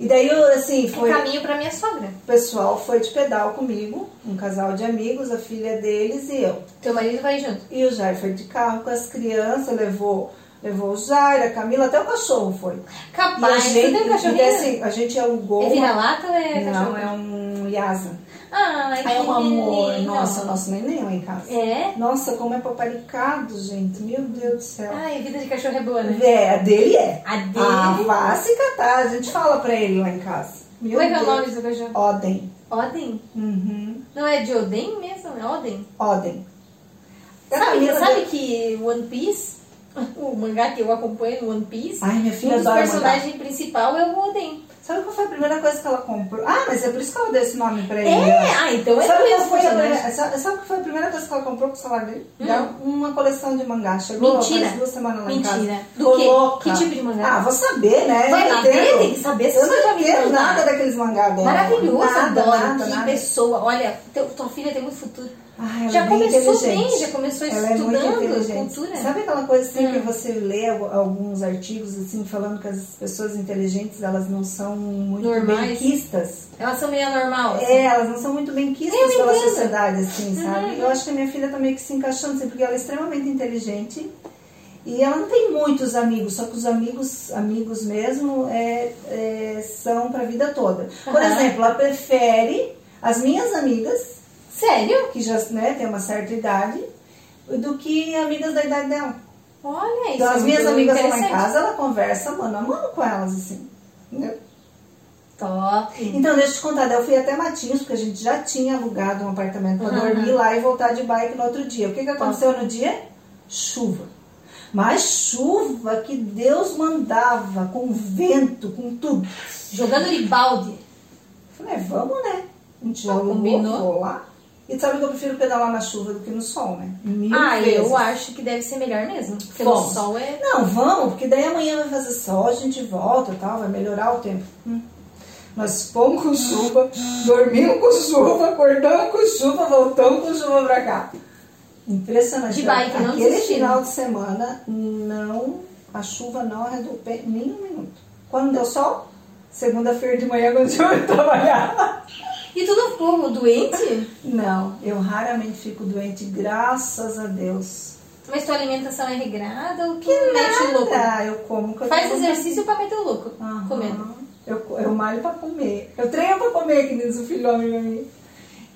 Speaker 2: E daí, eu, assim,
Speaker 1: É
Speaker 2: foi, o
Speaker 1: caminho pra minha sogra.
Speaker 2: pessoal foi de pedal comigo, um casal de amigos, a filha deles e eu.
Speaker 1: Teu marido vai junto.
Speaker 2: E o Jair foi de carro com as crianças, levou, levou o Jair, a Camila, até o cachorro foi. e a
Speaker 1: Capaz. Você
Speaker 2: gente,
Speaker 1: tem um
Speaker 2: e daí,
Speaker 1: cachorrinho?
Speaker 2: assim, a gente alugou.
Speaker 1: É vira-lata ou é
Speaker 2: não,
Speaker 1: cachorro? Ah,
Speaker 2: é um Yasa.
Speaker 1: Ai,
Speaker 2: É
Speaker 1: que
Speaker 2: um amor.
Speaker 1: lindo.
Speaker 2: Nossa, nosso neném lá em casa.
Speaker 1: É?
Speaker 2: Nossa, como é paparicado, gente. Meu Deus do céu.
Speaker 1: Ai, vida de cachorro é boa, né?
Speaker 2: É, a dele é.
Speaker 1: A dele?
Speaker 2: Ah, vá se catar. A gente fala pra ele lá em casa. Meu
Speaker 1: Como é que é o
Speaker 2: Deus.
Speaker 1: nome do cachorro?
Speaker 2: Oden.
Speaker 1: Odin?
Speaker 2: Uhum.
Speaker 1: Não é de Odin mesmo? É Odin?
Speaker 2: Oden. A
Speaker 1: Sabe,
Speaker 2: Camila-
Speaker 1: sabe que One Piece, o mangá que eu acompanho, One Piece,
Speaker 2: Ai, minha
Speaker 1: um
Speaker 2: filha
Speaker 1: dos
Speaker 2: adora mandar.
Speaker 1: personagens principal é o Odin.
Speaker 2: Sabe qual foi a primeira coisa que ela comprou? Ah, mas é por isso que ela deu esse nome pra ele.
Speaker 1: É,
Speaker 2: né?
Speaker 1: ah, então é
Speaker 2: Sabe
Speaker 1: dois
Speaker 2: qual, foi a,
Speaker 1: personagens.
Speaker 2: primeira- sabe, sabe qual foi a primeira coisa que ela comprou com o salário dele? Já Uma coleção de mangá. Chegou
Speaker 1: Hum. Mentira.
Speaker 2: faz duas semanas lá em
Speaker 1: Mentira.
Speaker 2: casa.
Speaker 1: Do
Speaker 2: Tô
Speaker 1: quê?
Speaker 2: louca.
Speaker 1: Que tipo de mangá?
Speaker 2: Ah, vou saber, né?
Speaker 1: Vai
Speaker 2: Eu
Speaker 1: lá
Speaker 2: entendo.
Speaker 1: ver, tem que saber se
Speaker 2: Eu
Speaker 1: você vai
Speaker 2: não
Speaker 1: me
Speaker 2: entendo
Speaker 1: contar.
Speaker 2: nada daqueles mangá dela.
Speaker 1: Maravilhoso,
Speaker 2: Nada,
Speaker 1: adoro.
Speaker 2: nada,
Speaker 1: que
Speaker 2: nada.
Speaker 1: pessoa. Olha, teu- tua filha tem muito futuro.
Speaker 2: Ah, ela
Speaker 1: já
Speaker 2: é bem
Speaker 1: começou
Speaker 2: inteligente.
Speaker 1: bem, já começou
Speaker 2: Ela é muito
Speaker 1: estudando
Speaker 2: inteligente.
Speaker 1: cultura. Hum.
Speaker 2: Sabe aquela coisa assim que você lê al- alguns artigos assim falando que as pessoas inteligentes elas não são muito
Speaker 1: Normais.
Speaker 2: benquistas?
Speaker 1: Elas são meio anormal. assim.
Speaker 2: É, elas não são muito
Speaker 1: Eu
Speaker 2: benquistas pela
Speaker 1: entendo. Uhum.
Speaker 2: sociedade, assim, sabe? Eu acho que a minha filha tá meio que se encaixando, assim, porque ela é extremamente inteligente e ela não tem muitos amigos, só que os amigos, amigos mesmo, é, é, são pra vida toda. Por
Speaker 1: Aham.
Speaker 2: exemplo, ela prefere as minhas amigas
Speaker 1: Sério?
Speaker 2: que já né, tem uma certa idade, do que amigas da idade dela.
Speaker 1: Olha isso.
Speaker 2: Então,
Speaker 1: é
Speaker 2: as minhas
Speaker 1: muito
Speaker 2: amigas lá em
Speaker 1: interessante.
Speaker 2: casa, ela conversa mano a mano com elas, assim. entendeu?
Speaker 1: Top.
Speaker 2: Então, deixa eu te contar, daí eu fui até Matinhos, porque a gente já tinha alugado um apartamento pra
Speaker 1: Uhum.
Speaker 2: dormir lá e voltar de bike no outro dia. O que, que aconteceu
Speaker 1: Tá.
Speaker 2: no dia? Chuva. Mas chuva que Deus mandava, com vento, com tudo.
Speaker 1: Jogando de balde.
Speaker 2: Eu Falei, é, vamos, né? A gente já alugou,
Speaker 1: Combinou.
Speaker 2: vou lá. E tu sabe que eu prefiro pedalar na chuva do que no sol, né? Mil
Speaker 1: ah,
Speaker 2: vezes.
Speaker 1: eu acho que deve ser melhor mesmo. Porque o
Speaker 2: Fomos.
Speaker 1: sol é.
Speaker 2: Não, vamos, porque daí amanhã vai fazer sol, a gente volta e tal, vai melhorar o tempo. Hum. Nós fomos com chuva, dormimos com chuva, acordamos com chuva, voltamos com chuva pra cá. Impressionante.
Speaker 1: De bike, não né?
Speaker 2: Aquele
Speaker 1: desistiram.
Speaker 2: final de semana, não, a chuva não arredou o pé nem um minuto. Quando deu sol, segunda-feira de manhã, quando eu fui trabalhar.
Speaker 1: E tu não ficou doente?
Speaker 2: Não, eu raramente fico doente, graças a Deus.
Speaker 1: Mas tua alimentação é regrada? O que mete o louco?
Speaker 2: Nada, eu como o que eu
Speaker 1: Faz
Speaker 2: tô com
Speaker 1: exercício pra meter o louco.
Speaker 2: Aham.
Speaker 1: Comendo.
Speaker 2: Eu, co- eu malho pra comer. Eu treino pra comer, que diz o filhome pra mim.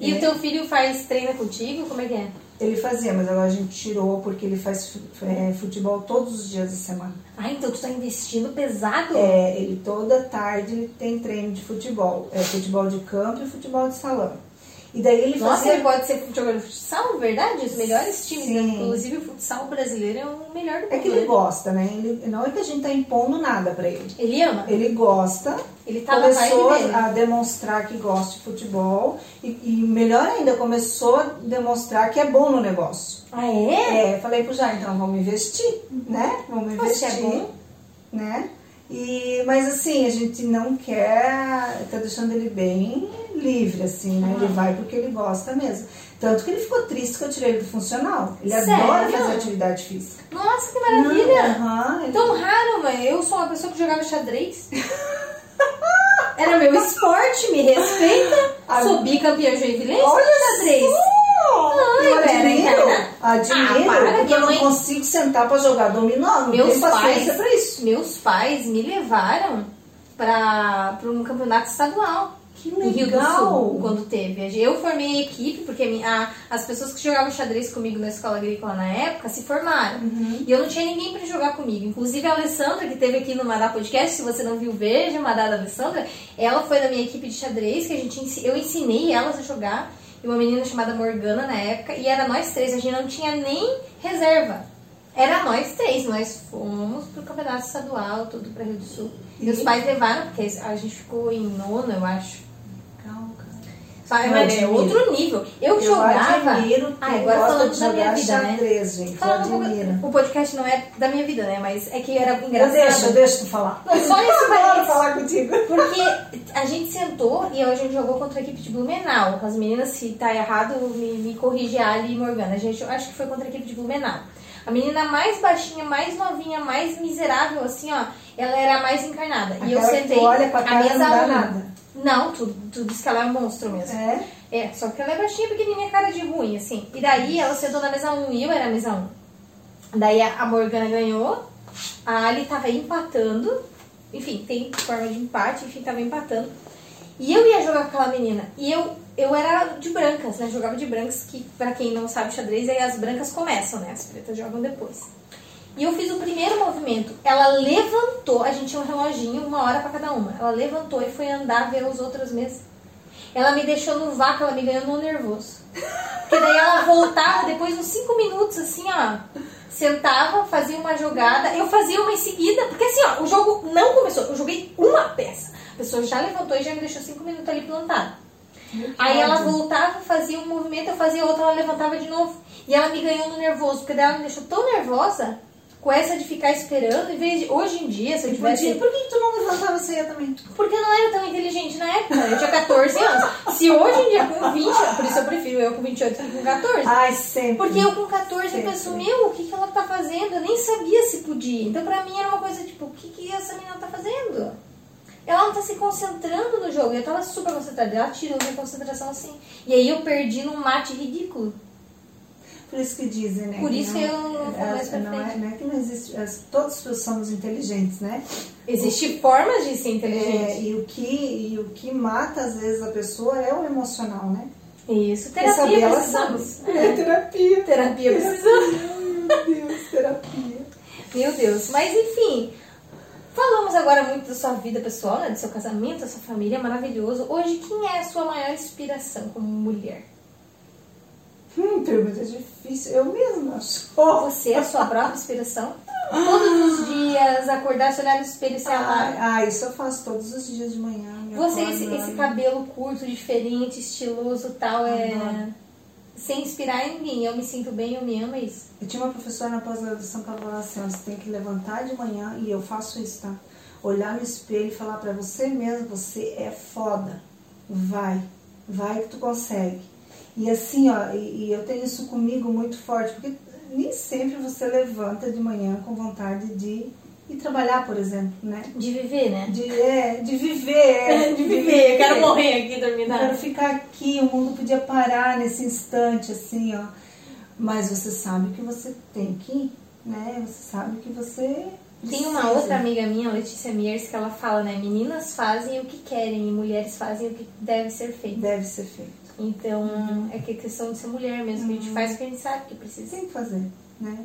Speaker 1: E o teu filho faz treina contigo? Como é que é?
Speaker 2: Ele fazia, mas agora a gente tirou porque ele faz fu- é, futebol todos os dias da semana.
Speaker 1: Ah, então tu tá investindo pesado?
Speaker 2: É, ele toda tarde ele tem treino de futebol. É futebol de campo e futebol de salão. E daí ele
Speaker 1: Nossa, ele
Speaker 2: fazia.
Speaker 1: pode ser jogador de futsal, verdade? Os melhores times, né?
Speaker 2: Sim.
Speaker 1: inclusive o futsal brasileiro é o melhor do mundo.
Speaker 2: É que ele
Speaker 1: né?
Speaker 2: gosta, né? Ele, não é que a gente tá impondo nada pra ele.
Speaker 1: Ele ama?
Speaker 2: Ele gosta.
Speaker 1: Ele tá na
Speaker 2: começou
Speaker 1: vibe dele.
Speaker 2: a demonstrar que gosta de futebol. E, e melhor ainda, começou a demonstrar que é bom no negócio.
Speaker 1: Ah, é?
Speaker 2: É, eu falei pro Jair, então vamos investir, né? Vamos
Speaker 1: Mas
Speaker 2: investir.
Speaker 1: é bom.
Speaker 2: Né? E, mas assim, a gente não quer. Tá deixando ele bem livre, assim, né? Ele vai porque ele gosta mesmo. Tanto que ele ficou triste que eu tirei ele do funcional. Ele
Speaker 1: Sério?
Speaker 2: adora fazer atividade física.
Speaker 1: Nossa, que maravilha!
Speaker 2: Aham, ele-
Speaker 1: Tão raro, mãe. Eu sou uma pessoa que jogava xadrez. Era meu esporte, me respeita. Sou bicampeã joinvilense.
Speaker 2: Ah. Olha
Speaker 1: xadrez. Ai,
Speaker 2: eu
Speaker 1: pera,
Speaker 2: admiro,
Speaker 1: cara.
Speaker 2: admiro,
Speaker 1: Ah, para,
Speaker 2: porque
Speaker 1: minha
Speaker 2: eu não
Speaker 1: mãe-
Speaker 2: consigo sentar pra jogar dominó, não
Speaker 1: Meus
Speaker 2: tenho paciência
Speaker 1: pais-
Speaker 2: pra isso.
Speaker 1: Meus pais me levaram para um campeonato estadual.
Speaker 2: Que
Speaker 1: Em Rio do Sul,
Speaker 2: legal!
Speaker 1: quando teve. Eu formei a equipe, porque a minha- a- as pessoas que jogavam xadrez comigo na escola agrícola na época se formaram.
Speaker 2: Uhum.
Speaker 1: E eu não tinha ninguém pra jogar comigo. Inclusive a Alessandra, que teve aqui no Madá Podcast, se você não viu, veja, Madá da Alessandra. Ela foi da minha equipe de xadrez, que a gente, ensi- eu ensinei elas a jogar. E uma menina chamada Morgana na época. E era nós três, a gente não tinha nem reserva. Era nós três, nós fomos pro campeonato estadual, tudo pra Rio do Sul. E os pais levaram, porque a gente ficou em nono, eu acho.
Speaker 2: Legal, cara.
Speaker 1: Sabe,
Speaker 2: Eu
Speaker 1: mas é
Speaker 2: admiro.
Speaker 1: outro nível. Eu, jogava.
Speaker 2: admiro
Speaker 1: Ah,
Speaker 2: quem
Speaker 1: agora
Speaker 2: gosta
Speaker 1: falando
Speaker 2: de
Speaker 1: da minha
Speaker 2: jogar
Speaker 1: vida, né?
Speaker 2: xadrez, gente, eu
Speaker 1: Falando um pouco-
Speaker 2: admiro.
Speaker 1: o podcast não é da minha vida, né? Mas é que era
Speaker 2: Eu
Speaker 1: engraçado.
Speaker 2: deixo, eu deixo tu falar.
Speaker 1: Não, só nesse
Speaker 2: Adoro
Speaker 1: parênteses.
Speaker 2: falar contigo.
Speaker 1: Porque a gente sentou e a gente jogou contra a equipe de Blumenau. As meninas, se tá errado, me, me corrige a Ali e Morgana. A gente, eu acho que foi contra a equipe de Blumenau. A menina mais baixinha, mais novinha, mais miserável, assim, ó, ela era a mais encarnada. e eu
Speaker 2: Aquela que
Speaker 1: sentei.
Speaker 2: tu olha pra
Speaker 1: a
Speaker 2: cara e
Speaker 1: minha
Speaker 2: não dá
Speaker 1: aluna.
Speaker 2: nada.
Speaker 1: Não, tu, tu diz que ela é um monstro mesmo.
Speaker 2: É?
Speaker 1: É, só que ela é baixinha, pequenininha, cara de ruim, assim. E daí ela sentou na mesa 1 e eu era a mesa 1. Daí a a Morgana ganhou, a Ali tava empatando. Enfim, tem forma de empate, enfim, tava empatando. E eu ia jogar com aquela menina. E eu, eu era de brancas, né? Jogava de brancas, que pra quem não sabe xadrez, aí as brancas começam, né? As pretas jogam depois. E eu fiz o primeiro movimento. Ela levantou, a gente tinha um reloginho, uma hora pra cada uma. Ela levantou e foi andar ver os outros mesas. Ela me deixou no vácuo, ela me ganhou no nervoso. Porque daí ela voltava depois uns cinco minutos, assim, ó. Sentava, fazia uma jogada, eu fazia uma em seguida, porque assim, ó, o jogo não começou, eu joguei uma peça. A pessoa já levantou e já me deixou cinco minutos ali plantada. Aí ela voltava, fazia um movimento, eu fazia outro, ela levantava de novo. E ela me ganhou no nervoso, porque daí ela me deixou tão nervosa com essa de ficar esperando, em vez de. Hoje em dia, se eu
Speaker 2: Por
Speaker 1: tivesse.
Speaker 2: que por que que tu não levantava ceia também?
Speaker 1: Porque eu não era tão inteligente na época. Eu tinha 14 anos. Se hoje em dia com 20, por isso eu prefiro eu com 28 que com 14.
Speaker 2: Ai, sempre.
Speaker 1: Porque eu com 14 eu penso,
Speaker 2: Sempre.
Speaker 1: meu, o que, que ela tá fazendo? Eu nem sabia se podia. Então pra mim era uma coisa tipo, o que, que essa menina tá fazendo? Ela não tá se concentrando no jogo. Eu tava super concentrada. Ela tirou minha concentração assim. E aí eu perdi num mate ridículo.
Speaker 2: Por isso que dizem, né?
Speaker 1: Por
Speaker 2: que
Speaker 1: isso que eu não fui mais pra
Speaker 2: não é,
Speaker 1: frente.
Speaker 2: não é que não existe. as- todos somos inteligentes, né?
Speaker 1: Existem formas de ser
Speaker 2: É,
Speaker 1: inteligente.
Speaker 2: e, o que, e o que mata, às vezes, a pessoa é o emocional, né?
Speaker 1: Isso.
Speaker 2: Porque saber
Speaker 1: Terapia
Speaker 2: ela
Speaker 1: precisamos.
Speaker 2: sabe. É terapia.
Speaker 1: Terapia precisamos.
Speaker 2: Meu Deus, terapia.
Speaker 1: Meu Deus, mas enfim. Falamos agora muito da sua vida pessoal, né? Do seu casamento, da sua família, maravilhoso. Hoje, quem é a sua maior inspiração como mulher?
Speaker 2: Hum, pergunta
Speaker 1: é
Speaker 2: difícil. Eu mesma sou.
Speaker 1: Você é a sua própria inspiração? Todos os dias, acordar, se olhar no espelho e se amar.
Speaker 2: Ah, ah, isso eu faço todos os dias de manhã. me
Speaker 1: Você,
Speaker 2: acordo,
Speaker 1: esse, esse
Speaker 2: olho.
Speaker 1: cabelo curto, diferente, estiloso, tal, é... Sem inspirar em ninguém. Eu me sinto bem, eu me amo, é isso.
Speaker 2: Eu tinha uma professora na pós-graduação que ela falava assim, ó, você tem que levantar de manhã, e eu faço isso, tá? Olhar no espelho e falar pra você mesmo, você é foda. Vai, vai que tu consegue. E assim, ó, e, e eu tenho isso comigo muito forte, porque nem sempre você levanta de manhã com vontade de ir trabalhar, por exemplo, né?
Speaker 1: De viver, né?
Speaker 2: De, é, de viver, é,
Speaker 1: De viver. Eu quero morrer aqui, dormir
Speaker 2: eu quero
Speaker 1: na...
Speaker 2: ficar aqui, o mundo podia parar nesse instante, assim, ó. Mas você sabe que você tem que ir, né? Você sabe que você.
Speaker 1: Tem uma
Speaker 2: precisa.
Speaker 1: outra amiga minha, Letícia Mears, que ela fala, né? Meninas fazem o que querem e mulheres fazem o que deve ser feito.
Speaker 2: Deve ser feito.
Speaker 1: Então, é que é questão de ser mulher mesmo. A gente faz o que a gente sabe que precisa.
Speaker 2: Tem que fazer, né?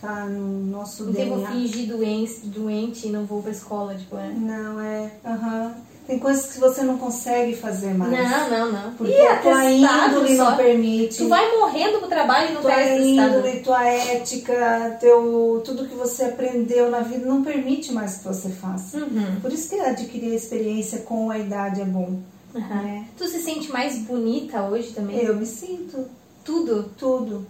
Speaker 2: Tá no nosso
Speaker 1: Não tem como
Speaker 2: DNA.
Speaker 1: fingir doente, doente e não vou pra escola, tipo, né?
Speaker 2: Não é. Aham. Tem coisas que você não consegue fazer mais.
Speaker 1: Não, não, não.
Speaker 2: Porque
Speaker 1: e
Speaker 2: a tua
Speaker 1: atestado
Speaker 2: índole não
Speaker 1: só.
Speaker 2: permite.
Speaker 1: Tu vai morrendo pro trabalho e não
Speaker 2: tua
Speaker 1: pega atestado.
Speaker 2: índole, tua ética, teu, tudo que você aprendeu na vida não permite mais que você faça.
Speaker 1: Uhum.
Speaker 2: Por isso que adquirir a experiência com a idade é bom.
Speaker 1: Aham.
Speaker 2: né?
Speaker 1: Tu se sente mais bonita hoje também?
Speaker 2: Eu me sinto
Speaker 1: Tudo.
Speaker 2: tudo,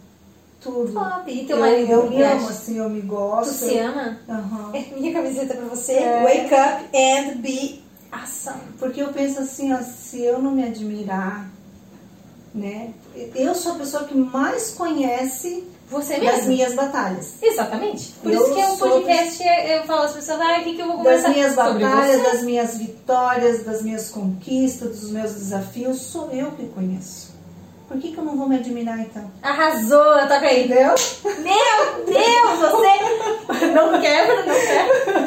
Speaker 2: tudo.
Speaker 1: Top. E teu
Speaker 2: eu,
Speaker 1: marido?
Speaker 2: eu
Speaker 1: o que
Speaker 2: me amo,
Speaker 1: acha?
Speaker 2: assim, eu me
Speaker 1: é né? Tu
Speaker 2: gosto.
Speaker 1: se ama?
Speaker 2: Aham.
Speaker 1: É minha camiseta pra você.
Speaker 2: É.
Speaker 1: Wake up and be awesome.
Speaker 2: Porque eu penso assim, ó, se eu não me admirar, né? Eu sou a pessoa que mais conhece
Speaker 1: Você
Speaker 2: das
Speaker 1: É mesmo?
Speaker 2: minhas batalhas.
Speaker 1: Exatamente. Por
Speaker 2: Eu
Speaker 1: isso que o
Speaker 2: sou-
Speaker 1: podcast, é- eu falo às pessoas, ah, o que, que eu vou
Speaker 2: Das
Speaker 1: conversar
Speaker 2: minhas
Speaker 1: sobre
Speaker 2: batalhas,
Speaker 1: você?
Speaker 2: das minhas vitórias, das minhas conquistas, dos meus desafios, sou eu que conheço. Por que, que eu não vou me admirar então?
Speaker 1: Arrasou, toca aí.
Speaker 2: Entendeu?
Speaker 1: Meu Deus, você não quebra, não quebra.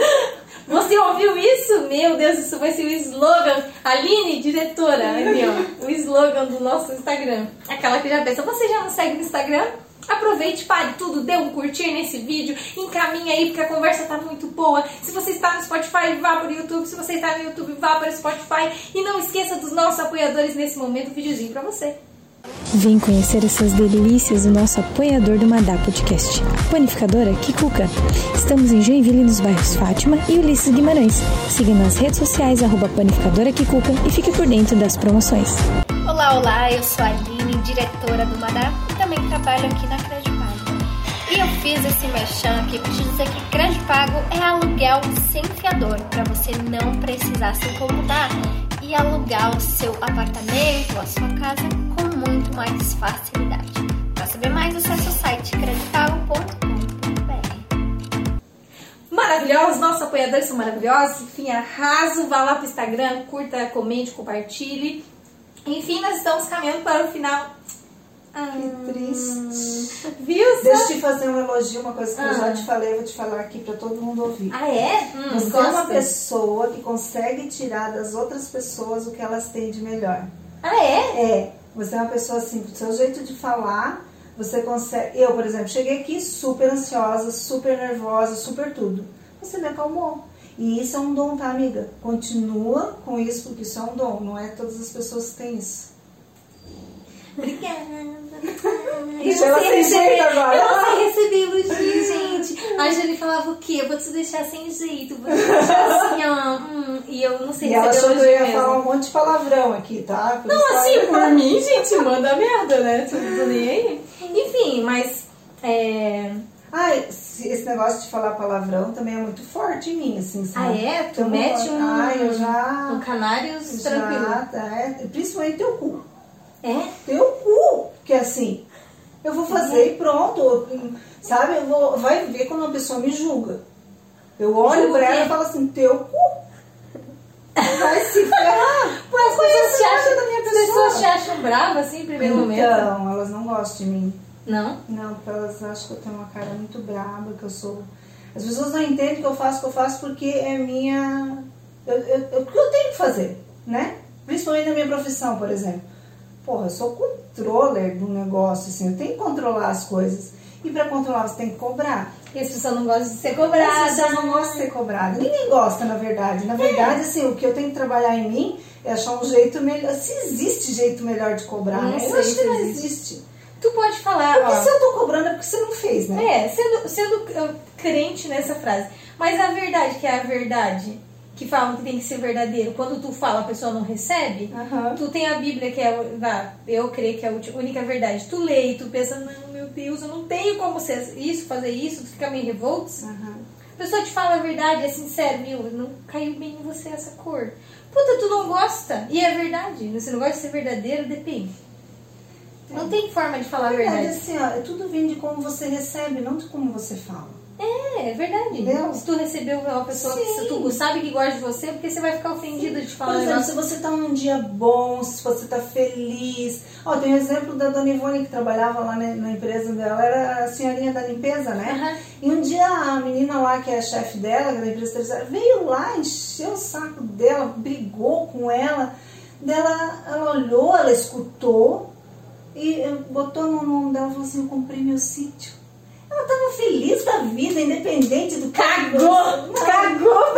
Speaker 1: Você ouviu isso? Meu Deus, isso vai ser o slogan. Aline, diretora, ali, ó, o slogan do nosso Instagram. Aquela que já pensa, você já não segue no Instagram? Aproveite, pare tudo, dê um curtir nesse vídeo, encaminha aí, porque a conversa tá muito boa. Se você está no Spotify, vá para o YouTube. Se você está no YouTube, vá para o Spotify. E não esqueça dos nossos apoiadores nesse momento, um videozinho para você.
Speaker 4: Vem conhecer essas delícias do nosso apoiador do Madá Podcast, a panificadora Kikuka. Estamos em Joinville, nos bairros Fátima e Ulisses Guimarães. Siga nas redes sociais, arroba panificadora Kikuka e fique por dentro das promoções.
Speaker 5: Olá, olá, eu sou a Aline, diretora do Mará e também trabalho aqui na Crédito Pago. E eu fiz esse merchan aqui para te dizer que Crédito Pago é aluguel sem fiador, para você não precisar se incomodar e alugar o seu apartamento, a sua casa com muito mais facilidade. Para saber mais, acesse o site creditpago.com.br.
Speaker 1: Maravilhosos, nossos apoiadores são maravilhosos. Enfim, arraso, vá lá pro Instagram, curta, comente, compartilhe. Enfim, nós estamos caminhando para o final. Ah,
Speaker 2: Triste.
Speaker 1: viu, Sam?
Speaker 2: Deixa eu te fazer um elogio, uma coisa que eu já te falei, eu vou te falar aqui para todo mundo ouvir.
Speaker 1: Ah, é? Hum,
Speaker 2: Você é uma
Speaker 1: gosta?
Speaker 2: pessoa que consegue tirar das outras pessoas o que elas têm de melhor.
Speaker 1: Ah, é?
Speaker 2: É, você é uma pessoa assim, do seu jeito de falar, você consegue. Eu, por exemplo, cheguei aqui super ansiosa, super nervosa, super tudo. Você me acalmou. E isso é um dom, tá, amiga? Continua com isso, porque isso é um dom, não é todas as pessoas que têm isso. Isso, ela
Speaker 1: Hum, sei
Speaker 2: tem jeito agora.
Speaker 1: Eu não sei receber elogio, gente. A Angeli falava o quê? Eu vou te deixar sem jeito. Vou te deixar assim, ó. hum, e eu não sei
Speaker 2: E ela achou
Speaker 1: receber
Speaker 2: que eu
Speaker 1: elogio
Speaker 2: ia
Speaker 1: mesmo.
Speaker 2: falar um monte de palavrão aqui, tá? Por isso
Speaker 1: Não,
Speaker 2: ela-
Speaker 1: assim, por mim, gente, manda merda, né? Tipo, nem aí. Enfim, mas... É...
Speaker 2: Ah, esse esse negócio de falar palavrão também é muito forte em mim, assim,
Speaker 1: Ah,
Speaker 2: sabe?
Speaker 1: é? Tu
Speaker 2: Então,
Speaker 1: mete um,
Speaker 2: Ah, eu já.
Speaker 1: um canários tranquilo.
Speaker 2: já tá, é, principalmente teu cu.
Speaker 1: É?
Speaker 2: teu cu, que é assim, eu vou fazer e pronto, sabe? Eu vou, vai ver quando uma pessoa me julga. Eu olho
Speaker 1: Julga
Speaker 2: pra
Speaker 1: o
Speaker 2: ela
Speaker 1: quê?
Speaker 2: e falo assim, teu cu. Vai se ferrar.
Speaker 1: Pô, as pessoas te
Speaker 2: nada
Speaker 1: acham,
Speaker 2: da minha
Speaker 1: as
Speaker 2: pessoa.
Speaker 1: pessoas te acham brava assim em primeiro momento?
Speaker 2: Então, elas não gostam de mim.
Speaker 1: Não?
Speaker 2: Não, porque elas acham que eu tenho uma cara muito braba, que eu sou. As pessoas não entendem que eu faço o que eu faço porque é minha. Eu, eu, eu, o que eu tenho que fazer, né? Principalmente na minha profissão, por exemplo. Porra, eu sou controller do negócio, assim, eu tenho que controlar as coisas. E para controlar, você tem que cobrar.
Speaker 1: E as pessoas não gostam de ser
Speaker 2: As
Speaker 1: cobradas.
Speaker 2: pessoas não gostam de ser cobrada. Ninguém gosta, na verdade. Na
Speaker 1: É.
Speaker 2: verdade, assim, o que eu tenho que trabalhar em mim é achar um jeito melhor. Se existe jeito melhor de cobrar,
Speaker 1: Não
Speaker 2: né?
Speaker 1: sei
Speaker 2: Eu acho
Speaker 1: se
Speaker 2: que não
Speaker 1: existe.
Speaker 2: existe.
Speaker 1: Tu pode falar,
Speaker 2: Porque
Speaker 1: ó.
Speaker 2: se eu tô cobrando é porque você não fez, né?
Speaker 1: É, sendo, sendo eu, crente nessa frase. Mas a verdade, que é a verdade, que falam que tem que ser verdadeiro, quando tu fala a pessoa não recebe,
Speaker 2: Aham.
Speaker 1: tu tem a Bíblia que é, o- vá, eu creio que é a ulti- única verdade. Tu lê e tu pensa, não, meu Deus, eu não tenho como ser isso, fazer isso, tu fica meio revolto.
Speaker 2: Aham.
Speaker 1: A pessoa te fala a verdade, é sincero, meu, não caiu bem em você essa cor. Puta, tu não gosta. E é verdade. Você não gosta de ser verdadeiro, depende. Não tem forma de falar a
Speaker 2: Na É. verdade,
Speaker 1: verdade.
Speaker 2: assim, ó, é tudo vem de como você recebe, não de como você fala.
Speaker 1: É, é verdade.
Speaker 2: Entendeu?
Speaker 1: Se tu recebeu uma pessoa que
Speaker 2: Sim.
Speaker 1: tu sabe que gosta de você, é porque você vai ficar ofendida de falar
Speaker 2: Por exemplo,
Speaker 1: nossa,
Speaker 2: se você tá num dia bom, se você tá feliz. Ó, tem o exemplo da dona Ivone que trabalhava lá na, na empresa dela, era a senhorinha da limpeza, né? E um dia a menina lá, que é a chefe dela, que é da empresa terceira, veio lá, encheu o saco dela, brigou com ela. Dela, ela olhou, ela escutou e eh, botou no nome dela e falou assim: Eu comprei meu sítio. Ela tava feliz da vida, independente do
Speaker 1: Cagou!
Speaker 2: Cagou!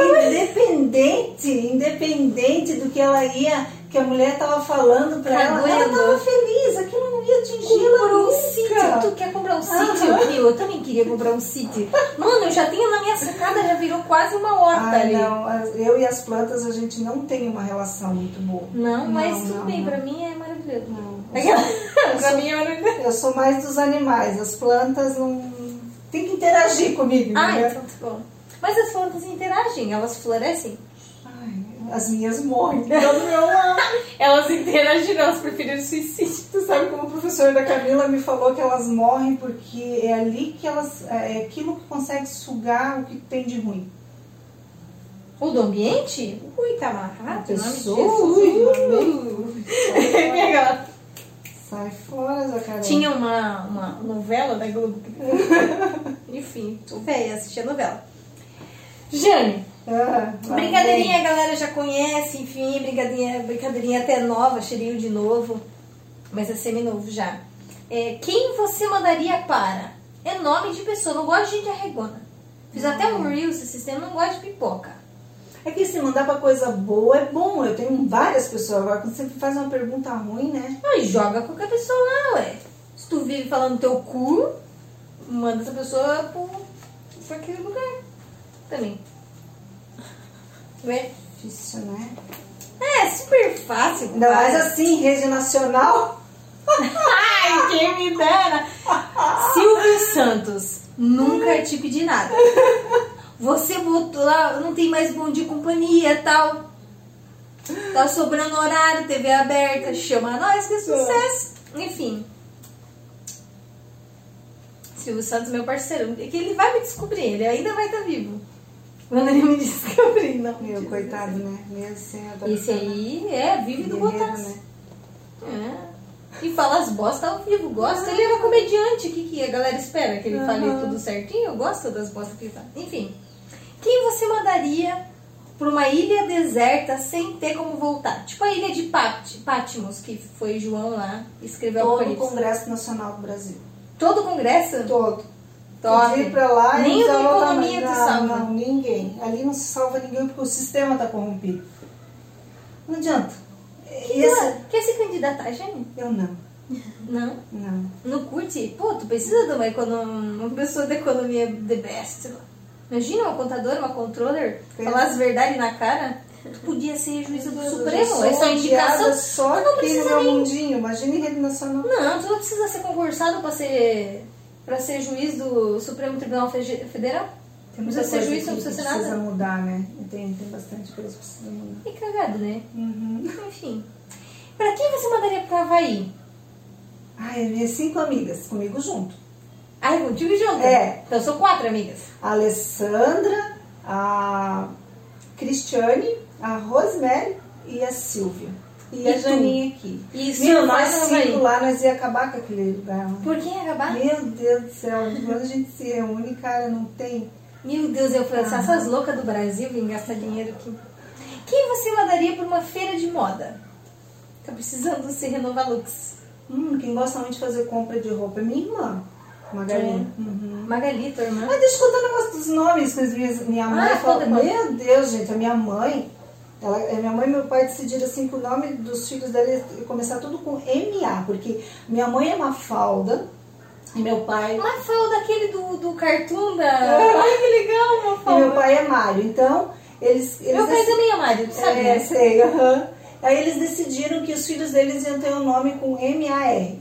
Speaker 2: Independente, independente do que ela ia, que a mulher tava falando pra ela,
Speaker 1: Cagou,
Speaker 2: ela
Speaker 1: andou.
Speaker 2: tava feliz, aquilo não ia atingir ela
Speaker 1: Comprou um
Speaker 2: nunca.
Speaker 1: sítio. Tu quer comprar um sítio, meu? Eu também queria comprar um sítio. Mano, eu já tenho na minha sacada, já virou quase uma horta
Speaker 2: Ah,
Speaker 1: ali.
Speaker 2: não, as- eu e as plantas a gente não tem uma relação muito boa.
Speaker 1: Não, mas tudo
Speaker 2: não,
Speaker 1: bem,
Speaker 2: não.
Speaker 1: pra mim é maravilhoso.
Speaker 2: Não.
Speaker 1: Aquela- pra mim é maravilhoso.
Speaker 2: Eu sou mais dos animais, as plantas não. tem que interagir comigo. né?
Speaker 1: Ah,
Speaker 2: entendeu?
Speaker 1: então tá bom. Mas as plantas interagem, elas florescem.
Speaker 2: Ai, as minhas morrem, todo
Speaker 1: é um
Speaker 2: meu morre.
Speaker 1: Elas interagiram, elas preferiram suicídio.
Speaker 2: Tu sabe como o professor da Camila me falou que elas morrem porque é ali que elas. É aquilo que consegue sugar o que tem de ruim.
Speaker 1: O do ambiente? Ui, tá amarrado. em nome de
Speaker 2: Pessoa,
Speaker 1: Jesus.
Speaker 2: ui,
Speaker 1: Minha gata.
Speaker 2: Sai fora, Zacaré.
Speaker 1: Tinha uma, uma novela da Globo. Enfim, tô velha, assistia novela. Jane,
Speaker 2: Ah, lá
Speaker 1: brincadeirinha a galera já conhece, enfim, brincadeirinha, brincadeirinha até nova, cheirinho de novo, mas é semi-novo já. É, quem você mandaria para? É nome de pessoa, não gosto de gente arregona. Fiz até um Reels esse tempo, não gosto de pipoca.
Speaker 2: É que se mandar pra coisa boa é bom. Eu tenho várias pessoas. Agora, quando você faz uma pergunta ruim, né?
Speaker 1: Aí joga qualquer pessoa lá, ué. Se tu vive falando teu cu, manda essa pessoa pro, pra aquele lugar. Também. Ué?
Speaker 2: Difícil, né?
Speaker 1: É, super fácil.
Speaker 2: Ainda mais
Speaker 1: cara.
Speaker 2: assim, rede nacional.
Speaker 1: Ai, quem me dera. Silvio Santos, nunca te pedi nada. Você botou lá, não tem mais bom de companhia tal. Tá sobrando horário, TV aberta, chama nós que é sucesso. Enfim. Silvio Santos, meu parceiro, é que ele vai me descobrir, ele ainda vai estar vivo. Quando ele me descobrir, não.
Speaker 2: Meu, coitado, né? Mesmo sem a
Speaker 1: Esse aí é, vive do
Speaker 2: Guerreiro,
Speaker 1: Botox.
Speaker 2: né?
Speaker 1: É. E fala as bostas ao vivo, gosta. Ele
Speaker 2: Ah.
Speaker 1: era comediante, o que, que a galera espera? Que ele fale tudo certinho? Gosta das bostas que ele fala. Enfim, quem você mandaria pra uma ilha deserta sem ter como voltar? Tipo a ilha de Pat, Patmos, que foi João lá, escreveu
Speaker 2: Todo o
Speaker 1: Apocalipse.
Speaker 2: Congresso Nacional do Brasil.
Speaker 1: Todo o congresso?
Speaker 2: Todo.
Speaker 1: Top.
Speaker 2: Podia ir pra lá então, e
Speaker 1: Nem o da
Speaker 2: não salva
Speaker 1: economia
Speaker 2: mais-
Speaker 1: tu
Speaker 2: não,
Speaker 1: salva.
Speaker 2: ah, Não, ninguém. Ali não se salva ninguém porque o sistema tá corrompido. Não adianta. Esse...
Speaker 1: Quer, quer se candidatar, Jane?
Speaker 2: Eu não.
Speaker 1: Não.
Speaker 2: Não.
Speaker 1: Não curte? Pô, tu precisa de uma, econo... uma pessoa da economia the best. lá. Imagina uma contadora, uma controller,
Speaker 2: Sim.
Speaker 1: falar as verdades na cara. Tu podia ser juíza do
Speaker 2: Eu
Speaker 1: Supremo,
Speaker 2: sou
Speaker 1: é só indicação.
Speaker 2: odiada
Speaker 1: Tu
Speaker 2: Só
Speaker 1: não
Speaker 2: aqui no
Speaker 1: precisa
Speaker 2: meu
Speaker 1: nem.
Speaker 2: mundinho. Imagina em rede nacional.
Speaker 1: Não, tu não precisa ser concursado pra ser, pra ser juiz do Supremo Tribunal Fege- Federal.
Speaker 2: Tem
Speaker 1: Não precisa ser juiz, não
Speaker 2: aqui
Speaker 1: precisa ser
Speaker 2: que
Speaker 1: nada.
Speaker 2: precisa um- mudar, né? Tem, tem bastante coisa que precisa mudar.
Speaker 1: Que cagado, né? Enfim. Pra quem você mandaria pro Havaí?
Speaker 2: Ai, minhas cinco amigas, comigo junto.
Speaker 1: Ai, contigo junto?
Speaker 2: É.
Speaker 1: Então são quatro amigas.
Speaker 2: A Alessandra, a Cristiane, a Rosemary e a Silvia. E,
Speaker 1: E
Speaker 2: a
Speaker 1: tu?
Speaker 2: Janinha aqui.
Speaker 1: E se
Speaker 2: Meu,
Speaker 1: não
Speaker 2: nós
Speaker 1: faz no Havaí?
Speaker 2: cinco lá, nós ia acabar com aquele lugar. lá.
Speaker 1: Por quem acabar?
Speaker 2: Meu Deus do céu, quando a gente se reúne, cara, não tem.
Speaker 1: Meu Deus, eu falei, essas loucas do Brasil vêm gastar dinheiro aqui. Quem você mandaria para uma feira de moda? Tá precisando se renovar looks.
Speaker 2: Hum, quem gosta muito de fazer compra de roupa é minha irmã, Magalhães. Uhum.
Speaker 1: Magali, tua É. irmã.
Speaker 2: Mas deixa eu contar o negócio dos nomes, que as minhas, minha mãe
Speaker 1: Ah,
Speaker 2: falou.
Speaker 1: conta, conta.
Speaker 2: Meu Deus, gente, a minha mãe, ela, a minha mãe e meu pai decidiram assim que o nome dos filhos dela ia começar tudo com MA, porque minha mãe é Mafalda e meu pai.
Speaker 1: Mas foi o daquele do, do cartoon da... Ai, que legal, uma
Speaker 2: E meu
Speaker 1: fala.
Speaker 2: pai é Mário. Então, eles. eles
Speaker 1: Meu pai também é Mário, tu sabe?
Speaker 2: É,
Speaker 1: né?
Speaker 2: sei, aham. Aí eles decidiram que os filhos deles iam ter um nome com MAR.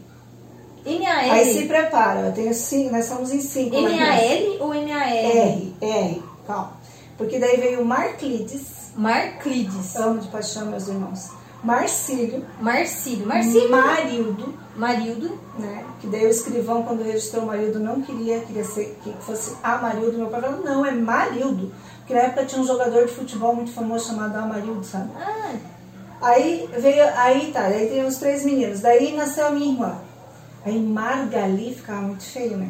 Speaker 1: M-A-L.
Speaker 2: Aí se prepara, eu tenho cinco, nós somos em cinco. na classe.
Speaker 1: M-A-L ou M-A-L?
Speaker 2: R, R, calma. Porque daí veio o Marclides.
Speaker 1: Marclides.
Speaker 2: Amo de paixão, meus irmãos. Marcílio,
Speaker 1: Marcílio.
Speaker 2: Uhum.
Speaker 1: Marcílio.
Speaker 2: Marildo,
Speaker 1: Marildo.
Speaker 2: né? Que daí o escrivão, quando registrou o marido, não queria, queria ser, que fosse Amarildo. Meu pai falou, não, é Marildo. Porque na época tinha um jogador de futebol muito famoso chamado Amarildo, sabe?
Speaker 1: Ah,
Speaker 2: Aí veio, aí tá, aí tem os três meninos. Daí nasceu a minha irmã. Aí Margali ficava muito feio, né?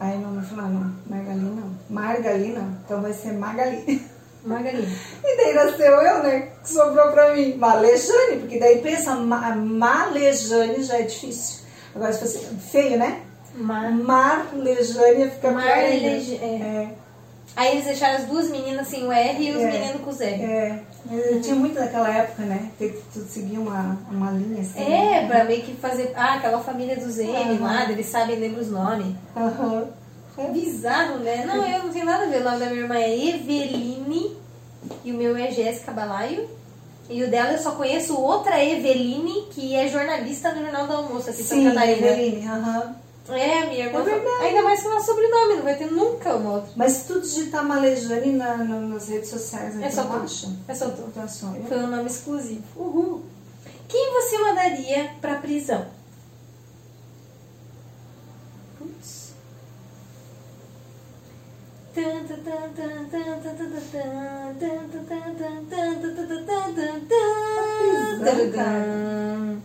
Speaker 2: Aí minha mãe falou, ah, não, Margali não. Margali não, então vai ser Magali.
Speaker 1: Magali.
Speaker 2: E daí nasceu eu, né? Que sobrou pra mim. Malejane, porque daí pensa, ma Malejane já é difícil. Agora se fosse feio, né?
Speaker 1: Mar...
Speaker 2: Marlejane ia ficar pior ainda.
Speaker 1: Marlej- é.
Speaker 2: É,
Speaker 1: Aí eles deixaram as duas meninas sem o R e os
Speaker 2: É.
Speaker 1: meninos com o Z.
Speaker 2: é. Eu tinha muito naquela época, né? Ter que tu seguir uma, uma linha assim.
Speaker 1: É, pra meio que fazer. Ah, aquela família do Zene lá, eles sabem, lembram os nomes.
Speaker 2: Aham. Então,
Speaker 1: É bizarro, né? Não, eu não tenho nada a ver. O nome da minha irmã é Eveline e o meu é Jéssica Balaio. E o dela eu só conheço outra Eveline, que é jornalista no Jornal do Almoço aqui em Santa
Speaker 2: Sim,
Speaker 1: Catarina.
Speaker 2: Eveline, aham.
Speaker 1: É, minha irmã.
Speaker 2: É verdade.
Speaker 1: Ainda mais com o nosso sobrenome, não vai ter nunca um outro.
Speaker 2: Mas se tu digitar Malejane na, na- nas redes sociais,
Speaker 1: É
Speaker 2: aí
Speaker 1: só
Speaker 2: tu
Speaker 1: tu.
Speaker 2: acha?
Speaker 1: É só tu.
Speaker 2: Então, assim, olha,
Speaker 1: Foi um nome exclusivo. Uhul. Quem você mandaria pra prisão? Putz. Tan, tan, tan, tan, tan, tan, tan, tan, tan, tan, tan, tan, tan, tan, tan, tan, tan, tan.
Speaker 2: Pra prisão, cara.
Speaker 1: Tadadã.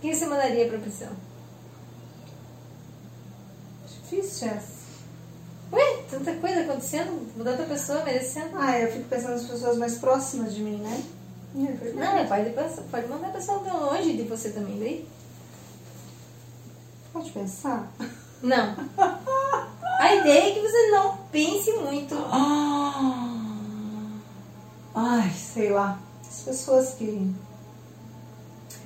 Speaker 1: Quem você mandaria pra prisão?
Speaker 2: Difícil essa.
Speaker 1: Ué, tanta coisa acontecendo, mudando a pessoa, merecendo.
Speaker 2: Ah, eu fico pensando nas pessoas mais próximas de mim, né? É verdade.
Speaker 1: Não, mas pode, pode mandar a pessoa tão longe de você também, daí?
Speaker 2: Pode pensar?
Speaker 1: Não. A ideia é que você não pense muito. Ah!
Speaker 2: Ai, sei lá. As pessoas que.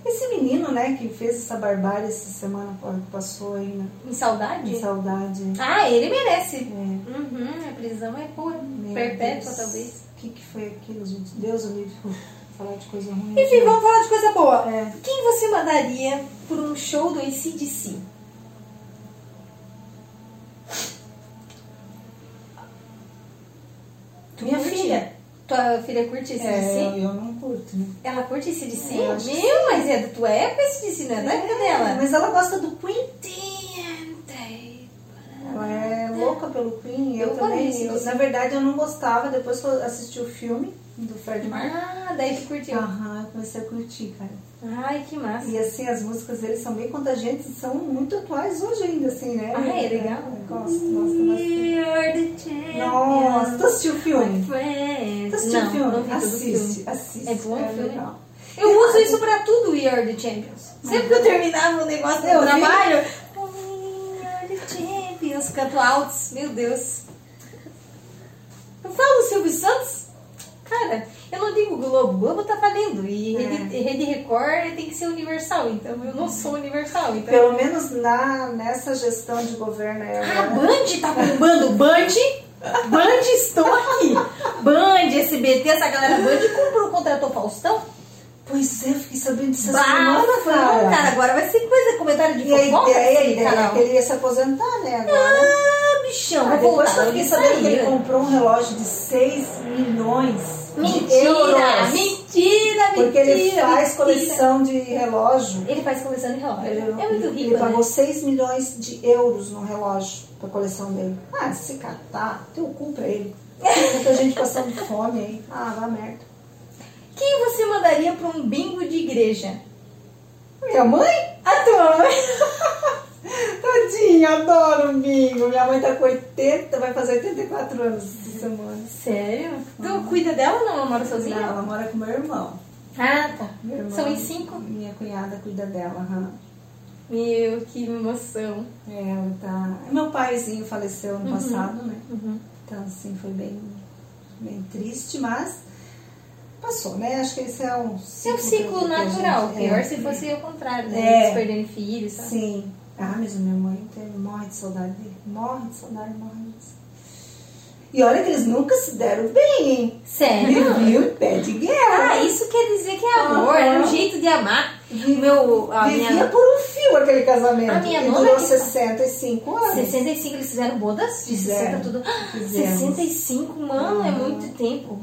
Speaker 2: Esse menino, né, que fez essa barbárie essa semana que passou aí, né?
Speaker 1: Em saudade?
Speaker 2: De saudade.
Speaker 1: Ah, ele merece.
Speaker 2: É.
Speaker 1: Uhum, a prisão é por
Speaker 2: Meu
Speaker 1: perpétua,
Speaker 2: Deus.
Speaker 1: talvez.
Speaker 2: O que, que foi aquilo, gente? Deus o livre. Falar de coisa ruim.
Speaker 1: Enfim, vamos falar de coisa boa.
Speaker 2: É.
Speaker 1: Quem você mandaria por um show do ACDC?
Speaker 2: Tu Minha
Speaker 1: curte?
Speaker 2: filha.
Speaker 1: Tua filha curte ACDC?
Speaker 2: É, eu, eu não curto, né?
Speaker 1: Ela curte ACDC?
Speaker 2: Eu acho que
Speaker 1: Meu, mas é da tua época ACDC, não é da época
Speaker 2: É,
Speaker 1: dela?
Speaker 2: Mas ela gosta do Queen. Ela é louca pelo Queen. Eu,
Speaker 1: Eu
Speaker 2: também.
Speaker 1: conheço
Speaker 2: eu-
Speaker 1: esse
Speaker 2: na verdade, eu não gostava. Depois que eu assisti o filme do Fred Mercury.
Speaker 1: Ah, daí tu curtiu.
Speaker 2: Aham, eu comecei a curtir, cara.
Speaker 1: Ai, que massa.
Speaker 2: E assim, as músicas deles são bem contagiantes e são muito atuais hoje ainda, assim, né?
Speaker 1: Ah, é legal?
Speaker 2: Eu Gosto, gosto bastante.
Speaker 1: We are the champions.
Speaker 2: Nossa, tu assistiu o filme? Tu
Speaker 1: Friends.
Speaker 2: assistiu o
Speaker 1: Não,
Speaker 2: filme?
Speaker 1: não vi todo Tá o
Speaker 2: assiste,
Speaker 1: filme.
Speaker 2: assiste.
Speaker 1: É bom o filme?
Speaker 2: legal.
Speaker 1: Eu uso isso pra tudo, We Are the Champions. Sempre que eu terminava o negócio
Speaker 2: Eu
Speaker 1: do
Speaker 2: vi.
Speaker 1: trabalho, "Oh, We Are the Champions, canto altos, meu Deus. Eu falo Silvio Santos, cara, eu não digo Globo, Globo tá valendo.
Speaker 2: É.
Speaker 1: E Rede, Rede Record tem que ser universal, então eu não sou universal. Então...
Speaker 2: Pelo menos na, nessa gestão de governo aí
Speaker 1: Ah,
Speaker 2: agora.
Speaker 1: Band tá bombando. Band, Band, estou aqui. Band, SBT, essa galera Band comprou, contratou Faustão.
Speaker 2: pois é, eu fiquei sabendo disso essa
Speaker 1: Bah,
Speaker 2: semana,
Speaker 1: foi bom, cara. Agora vai ser coisa, comentário de
Speaker 2: E a
Speaker 1: fofoca
Speaker 2: ideia, a
Speaker 1: nesse
Speaker 2: ideia é
Speaker 1: canal.
Speaker 2: que ele ia se aposentar, né? Agora.
Speaker 1: Ah, bichão,
Speaker 2: Ah,
Speaker 1: vou
Speaker 2: depois que
Speaker 1: voltar.
Speaker 2: eu fiquei
Speaker 1: Ele
Speaker 2: sabendo que ele
Speaker 1: saiu.
Speaker 2: comprou um relógio de 6 milhões de
Speaker 1: Mentira, mentira,
Speaker 2: euros.
Speaker 1: mentira.
Speaker 2: Porque ele faz
Speaker 1: mentira.
Speaker 2: coleção de relógio.
Speaker 1: Ele faz coleção de relógio.
Speaker 2: Ele,
Speaker 1: é muito rico,
Speaker 2: ele pagou
Speaker 1: né?
Speaker 2: 6 milhões de euros no relógio da coleção dele. Ah, se catar, teu cu pra ele. Tem muita gente passando fome aí. Ah, vá merda.
Speaker 1: Quem você mandaria pra um bingo de igreja?
Speaker 2: Minha mãe?
Speaker 1: A tua mãe.
Speaker 2: Tadinha, adoro o bingo. Minha mãe tá com 80, vai fazer 84 anos essa semana.
Speaker 1: Sério? Tu cuida dela ou não? Ela mora
Speaker 2: Não,
Speaker 1: sozinha?
Speaker 2: ela mora com meu irmão.
Speaker 1: Ah, tá.
Speaker 2: Meu irmão.
Speaker 1: São em cinco?
Speaker 2: Minha cunhada cuida dela. aham.
Speaker 1: Meu, que emoção.
Speaker 2: É, Ela tá... Meu paizinho faleceu
Speaker 1: Uhum.
Speaker 2: ano passado, né? Então, assim, foi bem, bem triste, mas passou, né? Acho que esse é um
Speaker 1: Isso é um
Speaker 2: ciclo. que
Speaker 1: ciclo
Speaker 2: a
Speaker 1: natural.
Speaker 2: gente-
Speaker 1: Pior
Speaker 2: é.
Speaker 1: se fosse o contrário,
Speaker 2: É.
Speaker 1: né? Eles Perdendo filhos, sabe?
Speaker 2: Sim. Ah, mas a minha mãe tem- morre de saudade dele. Morre de saudade, morre de saudade. E olha que eles nunca se deram bem, hein?
Speaker 1: Sério?
Speaker 2: Viviam em pé de guerra.
Speaker 1: Ah, isso quer dizer que é amor,
Speaker 2: Aham.
Speaker 1: é um jeito de amar. O Ah, meu, a
Speaker 2: Vivia
Speaker 1: minha
Speaker 2: por um fio aquele casamento.
Speaker 1: A minha
Speaker 2: e
Speaker 1: nona
Speaker 2: durou
Speaker 1: que- tá-
Speaker 2: 65 anos.
Speaker 1: 65 eles fizeram bodas de
Speaker 2: Fizeram.
Speaker 1: 60 tudo. Ah,
Speaker 2: Fizemos.
Speaker 1: 65, mano, é muito tempo.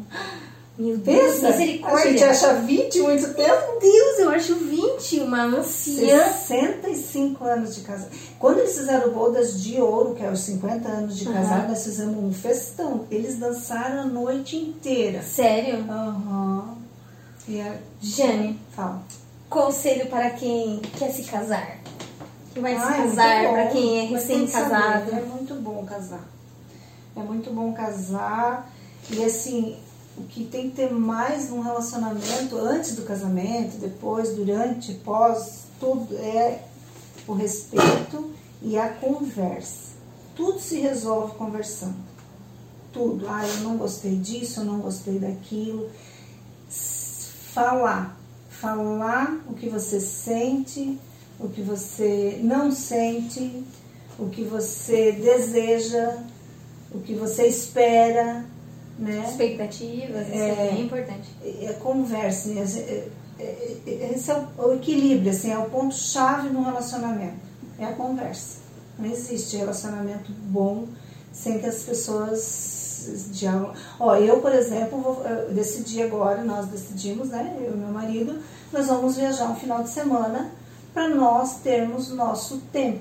Speaker 1: Meu Deus,
Speaker 2: Pensa, a gente
Speaker 1: misericórdia.
Speaker 2: acha 20 muito tempo.
Speaker 1: Meu Deus, eu acho 20 uma anciã.
Speaker 2: 65 anos de casado. Quando eles fizeram bodas de ouro, que é os 50 anos de casado, nós fizemos um festão. Eles dançaram a noite inteira.
Speaker 1: Sério?
Speaker 2: Aham. E a...
Speaker 1: Jane,
Speaker 2: Fala.
Speaker 1: conselho para quem quer se casar. Que vai
Speaker 2: Ah,
Speaker 1: se
Speaker 2: é muito
Speaker 1: casar,
Speaker 2: bom.
Speaker 1: para quem é
Speaker 2: Mas tem que saber,
Speaker 1: recém-casado.
Speaker 2: É muito bom casar. É muito bom casar. E assim, o que tem que ter mais num relacionamento, antes do casamento, depois, durante, pós, tudo, é o respeito e a conversa. Tudo se resolve conversando. Tudo. Ah, eu não gostei disso, eu não gostei daquilo. S- Falar. Falar o que você sente, o que você não sente, o que você deseja, o que você espera, né?
Speaker 1: Expectativas, isso é, bem importante.
Speaker 2: é, conversem. é, é, é, Esse é o, o equilíbrio, assim, é o ponto-chave no relacionamento. É a conversa. Não existe relacionamento bom sem que as pessoas dialogam. Ó, eu, por exemplo, vou, eu decidi agora, nós decidimos, né, eu e meu marido, nós vamos viajar um final de semana para nós termos nosso tempo.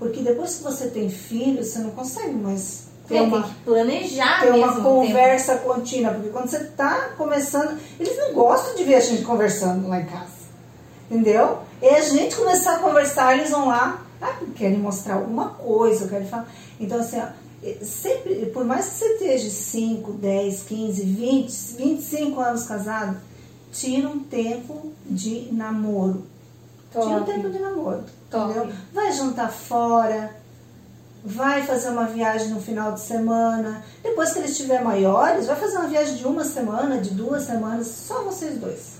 Speaker 2: Porque depois que você tem filho, você não consegue mais ter
Speaker 1: É,
Speaker 2: uma
Speaker 1: tem que planejar
Speaker 2: ter uma
Speaker 1: mesmo um o tempo.
Speaker 2: conversa contínua, porque quando você tá começando, eles não gostam de ver a gente conversando lá em casa. Entendeu? E a gente começar a conversar, eles vão lá, ah, querem mostrar alguma coisa, querem falar. Então, assim, ó, eh, sempre, por mais que você esteja 5, 10, 15, 20, 25 anos casado, tira um tempo de namoro. Tira um
Speaker 1: Top.
Speaker 2: tempo de namoro.
Speaker 1: Top.
Speaker 2: Entendeu? Vai jantar fora, vai fazer uma viagem no final de semana. Depois que eles estiver maiores, vai fazer uma viagem de uma semana, de duas semanas, só vocês dois.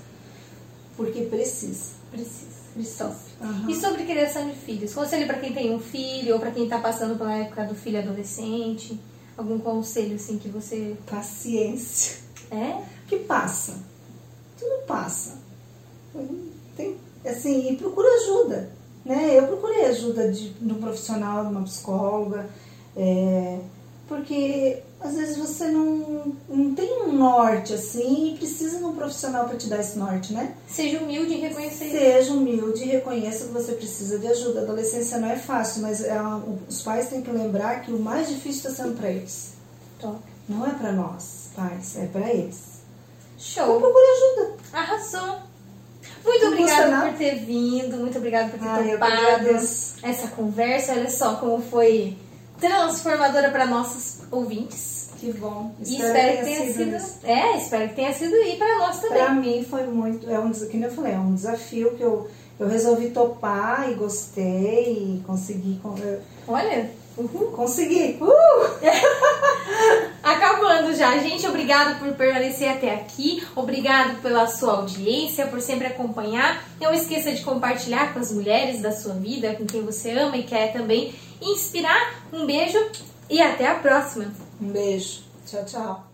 Speaker 2: Porque precisa.
Speaker 1: Precisa. Precisa.
Speaker 2: Aham.
Speaker 1: E sobre criação de filhos? Conselho para quem tem um filho ou para quem tá passando pela época do filho adolescente? Algum conselho assim que você
Speaker 2: Paciência.
Speaker 1: é?
Speaker 2: que passa. Tudo passa. Tem, assim, e procura ajuda. Né? Eu procurei ajuda de, de um profissional, de uma psicóloga, é, porque às vezes você não, não tem um norte assim e precisa de um profissional para te dar esse norte, né?
Speaker 1: Seja humilde e reconhecer isso.
Speaker 2: Seja humilde e reconheça que você precisa de ajuda. A adolescência não é fácil, mas é uma- os pais têm que lembrar que o mais difícil está sendo para eles.
Speaker 1: Top.
Speaker 2: Não é para nós, pais, é para eles.
Speaker 1: Show.
Speaker 2: Procura ajuda.
Speaker 1: Arrasou. Muito
Speaker 2: Não custa
Speaker 1: obrigada
Speaker 2: nada.
Speaker 1: por ter vindo, muito obrigada por ter
Speaker 2: Ai, eu que
Speaker 1: topado
Speaker 2: agradeço.
Speaker 1: essa conversa. Olha só como foi transformadora para nossos ouvintes.
Speaker 2: Que bom.
Speaker 1: E espero que tenha sido.
Speaker 2: isso.
Speaker 1: É, espero que tenha sido e para nós também.
Speaker 2: Pra mim foi muito. É um, des- que nem eu falei, é um desafio que eu, eu resolvi topar e gostei e consegui. con- eu-
Speaker 1: Olha, uhul.
Speaker 2: Consegui! Uh!
Speaker 1: Acabando já, gente. Obrigado por permanecer até aqui. Obrigado pela sua audiência, por sempre acompanhar. Não esqueça de compartilhar com as mulheres da sua vida, com quem você ama e quer também inspirar. Um beijo e até a próxima.
Speaker 2: Um beijo. Tchau, tchau.